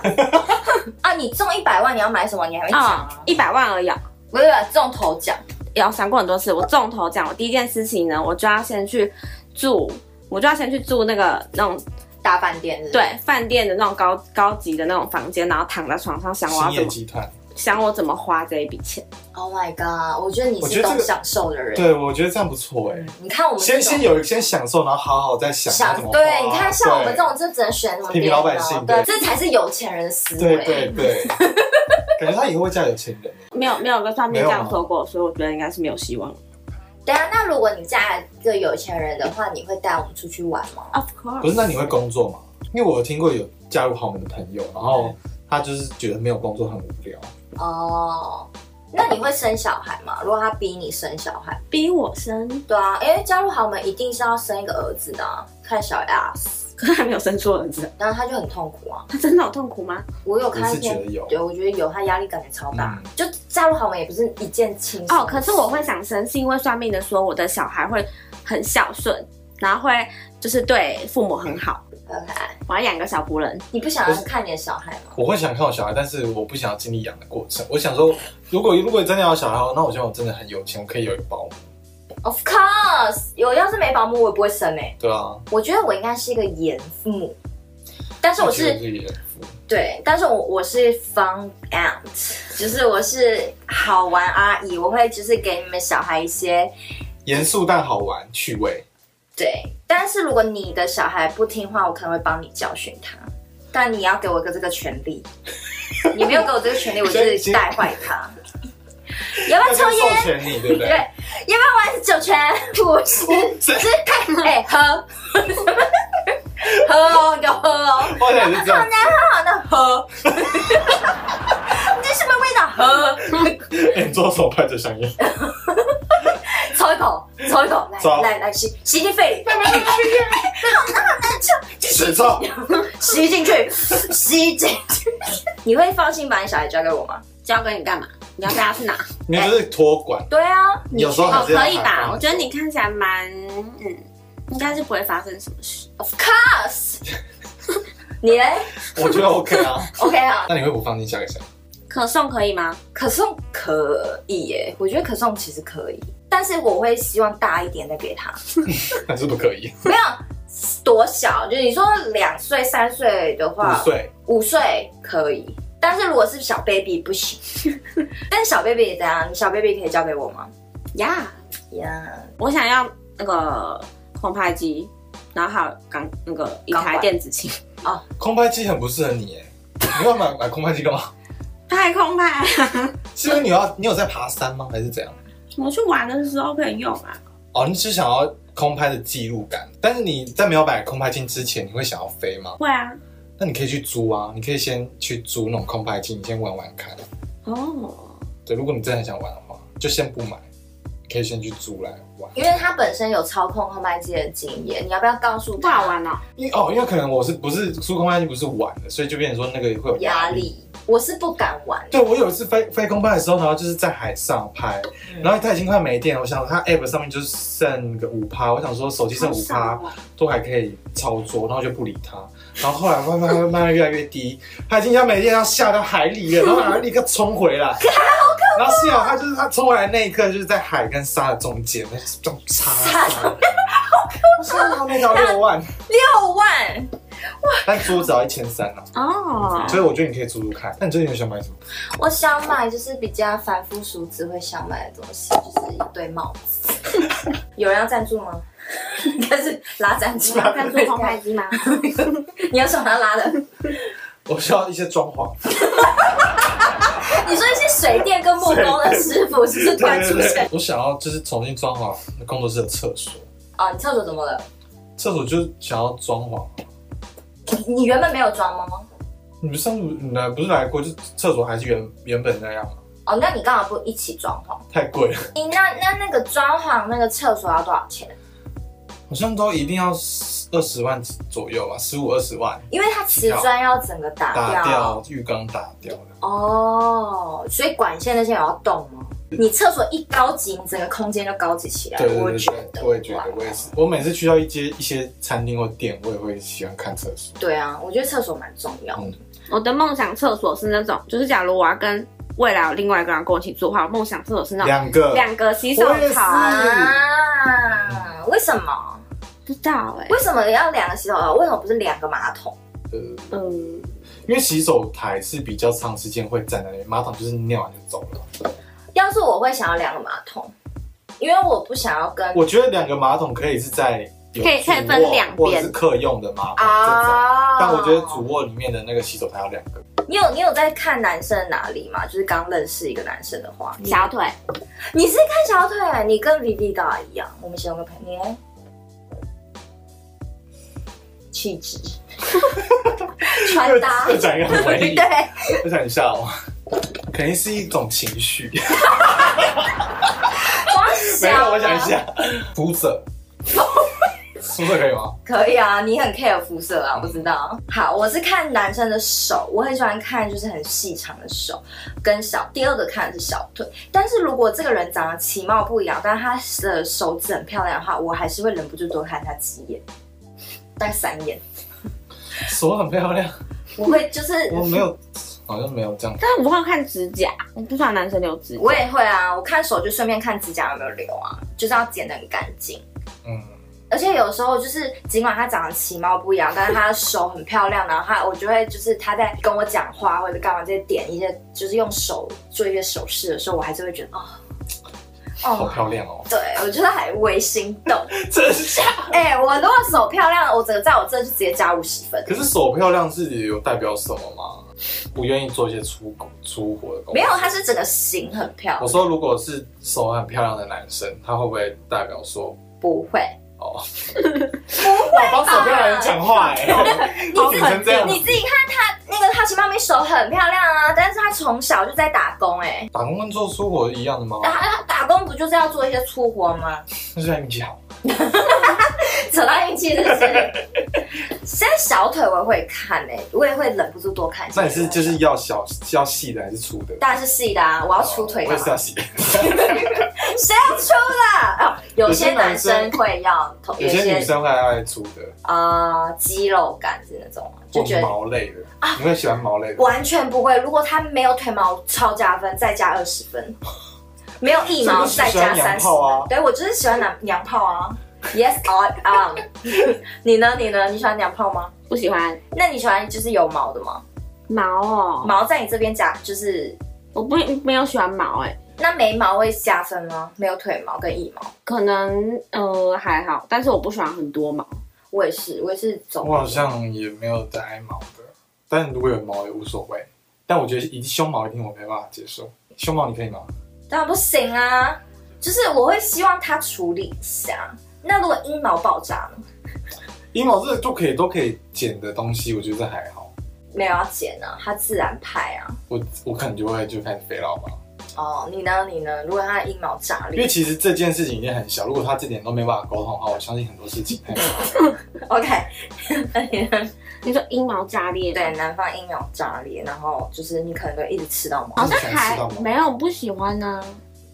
S2: 啊。你中一百万，你要买什么？你还会讲
S3: 啊
S2: 啊？，
S3: 一百万而已啊、
S2: 不是不是中头奖，
S3: 有想过很多次。我中头奖，我第一件事情呢，我就要先去住我就要先去住那个那种
S2: 大饭店是不是
S3: 对饭店的那种高高级的那种房间，然后躺在床上想我要
S1: 兴
S3: 怎
S1: 业
S3: 么
S1: 集团。
S3: 想我怎么花这一笔钱。
S2: ，Oh my god！我觉得你
S1: 我觉
S2: 是
S1: 得这
S2: 懂
S1: 个
S2: 享受的人。
S1: 对，我觉得这样不错哎、
S2: 嗯，你看我们
S1: 先
S2: 这种
S1: 先有先享受，然后好好再想要
S2: 想
S1: 怎么花
S2: 对，你看像我们
S1: 对
S2: 这种就只能选什么
S1: 平民
S2: 别
S1: 老百姓
S2: 对，
S1: 对
S2: 这才是有钱人的思维。
S1: 对对对， (laughs) 感觉他以后会嫁有钱人。
S3: 没有没有跟上
S1: 没
S3: 面
S1: 有
S3: 这
S1: 吗
S3: 样说过，所以我觉得应该是没有希望。
S2: 对啊，那如果你嫁一个有钱人的话，你会带我们出去玩吗？
S3: Of course，
S1: 不是，那你会工作吗？因为我有听过有嫁入豪门的朋友，然后他就是觉得没有工作很无聊。
S2: 哦，那你会生小孩吗？如果他逼你生小孩，
S3: 逼我生，
S2: 对啊，因为加入豪门一定是要生一个儿子的、啊，看小 S，
S3: 可是还没有生出儿子，
S2: 然后他就很痛苦啊。
S3: 他真的有痛苦吗？
S2: 我有看一
S1: 我是
S2: 篇
S1: 觉得有，
S2: 对我觉得有，他压力感觉超大，
S1: 嗯
S2: 就加入豪门也不是一件轻松
S3: 哦，可是我会想生，是因为算命的说我的小孩会很孝顺，然后会就是对父母很好。
S2: OK，
S3: 我要养个小仆人，
S2: 你不想要看你的小孩吗？
S1: 我会想看我小孩，但是我不想要经历养的过程。我想说，如果如果真的要小孩，那我希望我真的很有钱，我可以有一个保姆，
S2: Of course，有要是没保姆我也不会生哎、
S1: 对啊。
S2: 我觉得我应该是一个严父母，但是我
S1: 那
S2: 是
S1: 其实也
S2: 对，但是我我是 fun aunt，就是我是好玩阿姨，我会就是给你们小孩一些
S1: 严肃但好玩趣味。
S2: 对，但是如果你的小孩不听话，我可能会帮你教训他，但你要给我一个这个权利，你没有给我这个权利，我就是带坏他。要不
S1: 那
S2: 要
S1: 就
S2: 抽烟？
S1: 授权你，对不
S2: 对，
S1: 对？
S2: 要不要玩九泉？我是
S1: 谁
S2: 是看哎、喝， (laughs) 喝哦，你给我喝哦。
S1: 我想也是这样。
S2: 好那喝。 (laughs) 你什么味道？喝， (laughs)
S1: 哎，你做手拍着香烟，
S2: 抽一口，抽一口，来
S1: 抽
S2: 哎来来吸，吸进肺里，好难抽，
S1: 谁照？
S2: 吸进去，吸进去。你会放心把你小孩交给我吗？
S3: 交给你干嘛？你要带
S1: (laughs)
S3: 他去哪？
S1: 没有，就是托管。
S2: 对啊，
S1: 有时候
S3: 哦，
S1: 还是要
S3: 可以
S1: 还
S3: 吧？
S1: 放
S3: 我觉得你看起来蛮，嗯，应该是不会发生什么事。
S2: ，of course。你嘞
S1: 我觉得 OK 啊。
S2: ？OK 啊，
S1: 那你会不放心下个小孩？
S3: 可送可以吗？
S2: 可颂可以耶、我觉得可颂其实可以，但是我会希望大一点再给他。
S1: 那是不可以。
S2: 没有多小，就你说两岁、三岁的话，
S1: 五岁，
S2: 五岁可以，但是如果是小 baby 不行。 (laughs) 但是小 baby 怎样？你小 baby 可以交给我吗？
S3: 呀、
S2: 呀、
S3: 我想要那个空拍机，然后还有钢那个一
S2: 钢
S3: 台
S2: 管
S3: 电子琴，
S1: 空拍机很不适合你耶。你要买买空拍机干 (laughs) 嘛？
S3: 太空拍。
S1: 是因为你要你有在爬山吗？还是怎样？
S3: 我去玩的时候可以用啊。
S1: 哦，你只想要空拍的记录感，但是你在没有买空拍镜之前，你会想要飞吗？
S3: 会啊。
S1: 那你可以去租啊，你可以先去租那种空拍镜，你先玩玩看。
S3: 哦，
S1: 对，如果你真的很想玩的话，就先不买，你可以先去租来玩。
S2: 因为他本身有操控空拍机的经验，你要不要告诉
S3: 不好
S2: 他
S3: 玩哦。
S1: 因为哦，因为可能我是不是租空拍镜不是玩的，所以就变成说那个会有
S2: 压
S1: 压力。
S2: 力？我是不敢玩，
S1: 对，我有一次飞飞空拍的时候，然后就是在海上拍，
S2: 嗯
S1: 然后它已经快没电了，我想它 app 上面就剩个五趴，我想说手机剩
S3: 好
S1: 五
S3: 爽
S1: 趴，
S3: 哦
S1: 都还可以操作，然后就不理它。然后后来慢慢慢慢慢慢越来越低，它已经要每天要下到海里了，然后它立刻冲回来。然后幸好它就是它冲回来那一刻，就是在海跟沙的中间，那就是这样插
S2: 沙
S1: 沙。好可怕！那条六万，
S2: 六万，
S1: 但租只要一千三啊，
S3: 哦，
S1: 所以我觉得你可以租租看。那你最近有想买什么？
S2: 我想买就是比较凡夫俗子会想买的东西，就是一对帽子。 (laughs) 有人要赞助吗？应该是拉赞助，
S3: 你要赞助空拍机吗？
S2: (laughs) 你要手拿拉的。
S1: 我需要一些装潢，
S2: 你说一些水电跟木工的师傅是不 (laughs) 是突然出现？
S1: 我想要就是重新装潢工作室的厕所，
S2: 哦，你厕所怎么了？
S1: 厕所就是想要装潢。
S2: 你你原本没有装吗？
S1: 你们上次你来不是来过，就厕所还是原原本那样吗？
S2: 哦，那你干嘛不一起装潢？
S1: 太贵了，
S2: 你那那那个装潢那个厕所要多少钱？
S1: 好像都一定要二十万左右吧，十五二十万
S2: 因为它瓷砖要整个打掉。
S1: 打掉浴缸打掉了，
S2: 哦，所以管线那些也要动哦。你厕所一高级，你整个空间就高级起来。
S1: 对对
S2: 我
S1: 对
S2: 觉
S1: 对
S2: 得，
S1: 对，我也觉得，我也是。我每次去到一些一些餐厅或店，我也会喜欢看厕所。
S2: 对啊，我觉得厕所蛮重要的。
S1: 嗯
S3: 我的梦想厕所是那种，就是假如我要跟未来有另外一个人跟我一起住的话，我梦想厕所是那种
S1: 两个，
S3: 两个洗手
S1: 我也是
S3: 槽，
S2: 啊？为什么？
S3: 不知道哎、
S2: 为什么要两个洗手槽？为什么不是两个马桶？
S1: 呃，
S3: 嗯，
S1: 因为洗手台是比较长时间会站在那边，马桶就是尿完就走了。
S2: 要是我会想要两个马桶，因为我不想要跟
S1: 我觉得两个马桶可以是在有
S3: 可以可以
S1: 主
S3: 分
S1: 卧
S3: 两边
S1: 或者是客用的马桶这种。
S2: 啊
S1: 但我觉得主卧里面的那个洗手台要两个，
S2: 你有你有在看男生的哪里吗？就是刚认识一个男生的话，
S3: 小腿
S2: 你是看小腿、啊，你跟 Vivi 大一样，我们形容个朋友，你呢气质、穿
S1: (laughs)
S2: 搭，
S1: 又讲一个很文艺，
S2: 对，
S1: 我想一下哦，肯定是一种情绪。 (laughs) 没有，我想一下，肤色，肤色可以吗？
S2: 可以啊，你很 care 肤色啊，我知道。好，我是看男生的手，我很喜欢看就是很细长的手跟小。第二个看的是小腿，但是如果这个人长得其貌不扬，但他的手指很漂亮的话，我还是会忍不住多看他几眼，大概三眼。
S1: 手很漂亮，
S2: 我会就是
S1: 我没有，好像没有这样。
S3: 但我会看指甲，我不喜欢男生留指甲。
S2: 我也会啊，我看手就顺便看指甲有没有留啊，就是要剪得很干净。
S1: 嗯，
S2: 而且有时候就是，尽管他长得其貌不扬，但是他的手很漂亮，然后他我就会就是他在跟我讲话或者干嘛这些点一些，就是用手做一些手势的时候，我还是会觉得哦， (laughs)
S1: 好
S2: 哦，
S1: 漂亮哦，
S2: 对我觉得还微心动。
S1: 真假？
S2: 哎、我如果手漂亮，我整个在我这就直接加五十分。
S1: 可是手漂亮是有代表什么吗？不愿意做一些出国出国的工作。
S2: 没有，他是整个型很漂
S1: 我
S2: 亮，
S1: 说，如果是手很漂亮的男生，他会不会代表说
S2: 不会。
S1: 哦？不会，帮手漂亮的人讲话哎、
S2: (laughs)
S1: 欸， (laughs) 都顶成这样，
S2: 你自己看他那个，他其貌咪手很漂亮啊，但是他从小就在打工、哎，
S1: 打工跟做出国一样的吗？
S2: 打他打工不就是要做一些粗活吗？
S1: 那是运气好。
S2: 扯到运气，真
S1: (laughs)
S2: 是。现在小腿我也会看诶、我也会忍不住多看一下。
S1: 那你是就是要小要细的还是粗的？
S2: 当然是细的啊，我要出腿
S1: 我也
S2: 干
S1: 是要
S2: 嘛？ (laughs)
S1: 细。
S2: 谁要出啦？哦，有些男生会要头，
S1: 有些女生会爱粗的，
S2: 啊、肌肉感是那种啊，就
S1: 或
S2: 觉得啊
S1: 毛类的。你会喜欢毛类的？
S2: 完全不会。如果他没有腿毛，超加分，再加二十
S1: (laughs)
S2: 分。没有腋
S1: 所
S2: 毛，
S1: 以
S2: 再
S1: 你喜欢
S2: 加三
S1: 娘
S2: 十
S1: 炮啊
S2: 分。对我就是喜欢娘娘炮啊。Yes, I am。你呢？你呢？你喜欢娘炮吗？
S3: 不喜欢
S2: 那你喜欢就是有毛的吗？
S3: 毛哦，
S2: 毛在你这边夹，就是
S3: 我不没有喜欢毛哎、
S2: 那眉毛会加分吗？没有腿毛跟腋毛，
S3: 可能呃还好，但是我不喜欢很多毛。
S2: 我也是，我也是走
S1: 我好像也没有在爱毛的，但如果有毛也无所谓。但我觉得一胸毛一定我没办法接受，胸毛你可以吗？
S2: 当然不行啊，就是我会希望他处理一下。那如果阴毛爆炸呢？
S1: 阴毛这个就可以都可以剪的东西，我觉得还好。
S2: 没有要剪啊，他自然派啊。
S1: 我我可能就会就开始飞到吧，
S2: 哦，你呢？你呢？如果他的阴毛炸
S1: 因为
S2: 裂
S1: 其实这件事情已经很小，如果他这点都没办法沟通的话，我相信很多事情。哎嗯
S2: ，OK，那 (laughs) 你呢
S3: 你说阴毛炸裂，
S2: 对，，南方阴毛炸裂，然后就是你可能会一直吃到毛
S3: 好，像
S1: 你喜欢吃
S3: 还
S1: 到毛
S3: 没有不喜欢啊呢、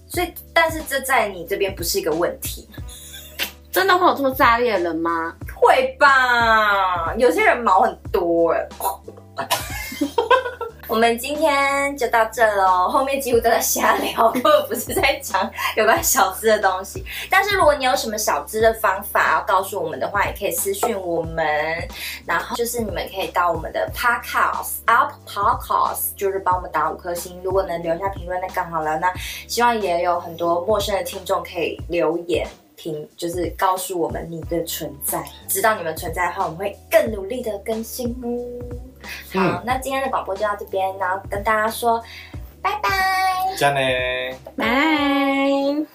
S2: 所以但是这在你这边不是一个问题，
S3: 真的会有这么炸裂的人吗？
S2: 会吧？有些人毛很多哎、 (laughs) 我们今天就到这喽，后面几乎都在瞎聊，根本不是在讲 (laughs) 有关小资的东西。但是如果你有什么小资的方法要告诉我们的话，也可以私讯我们。然后就是你们可以到我们的 Podcast Up Podcast，就是帮我们打五颗星。如果能留下评论，那更好了。那希望也有很多陌生的听众可以留言。评就是告诉我们你的存在，知道你们存在的话，我们会更努力的更新哦。好，那今天的广播就到这边，然后跟大家说拜拜。
S1: 嗯加呢。
S3: 拜。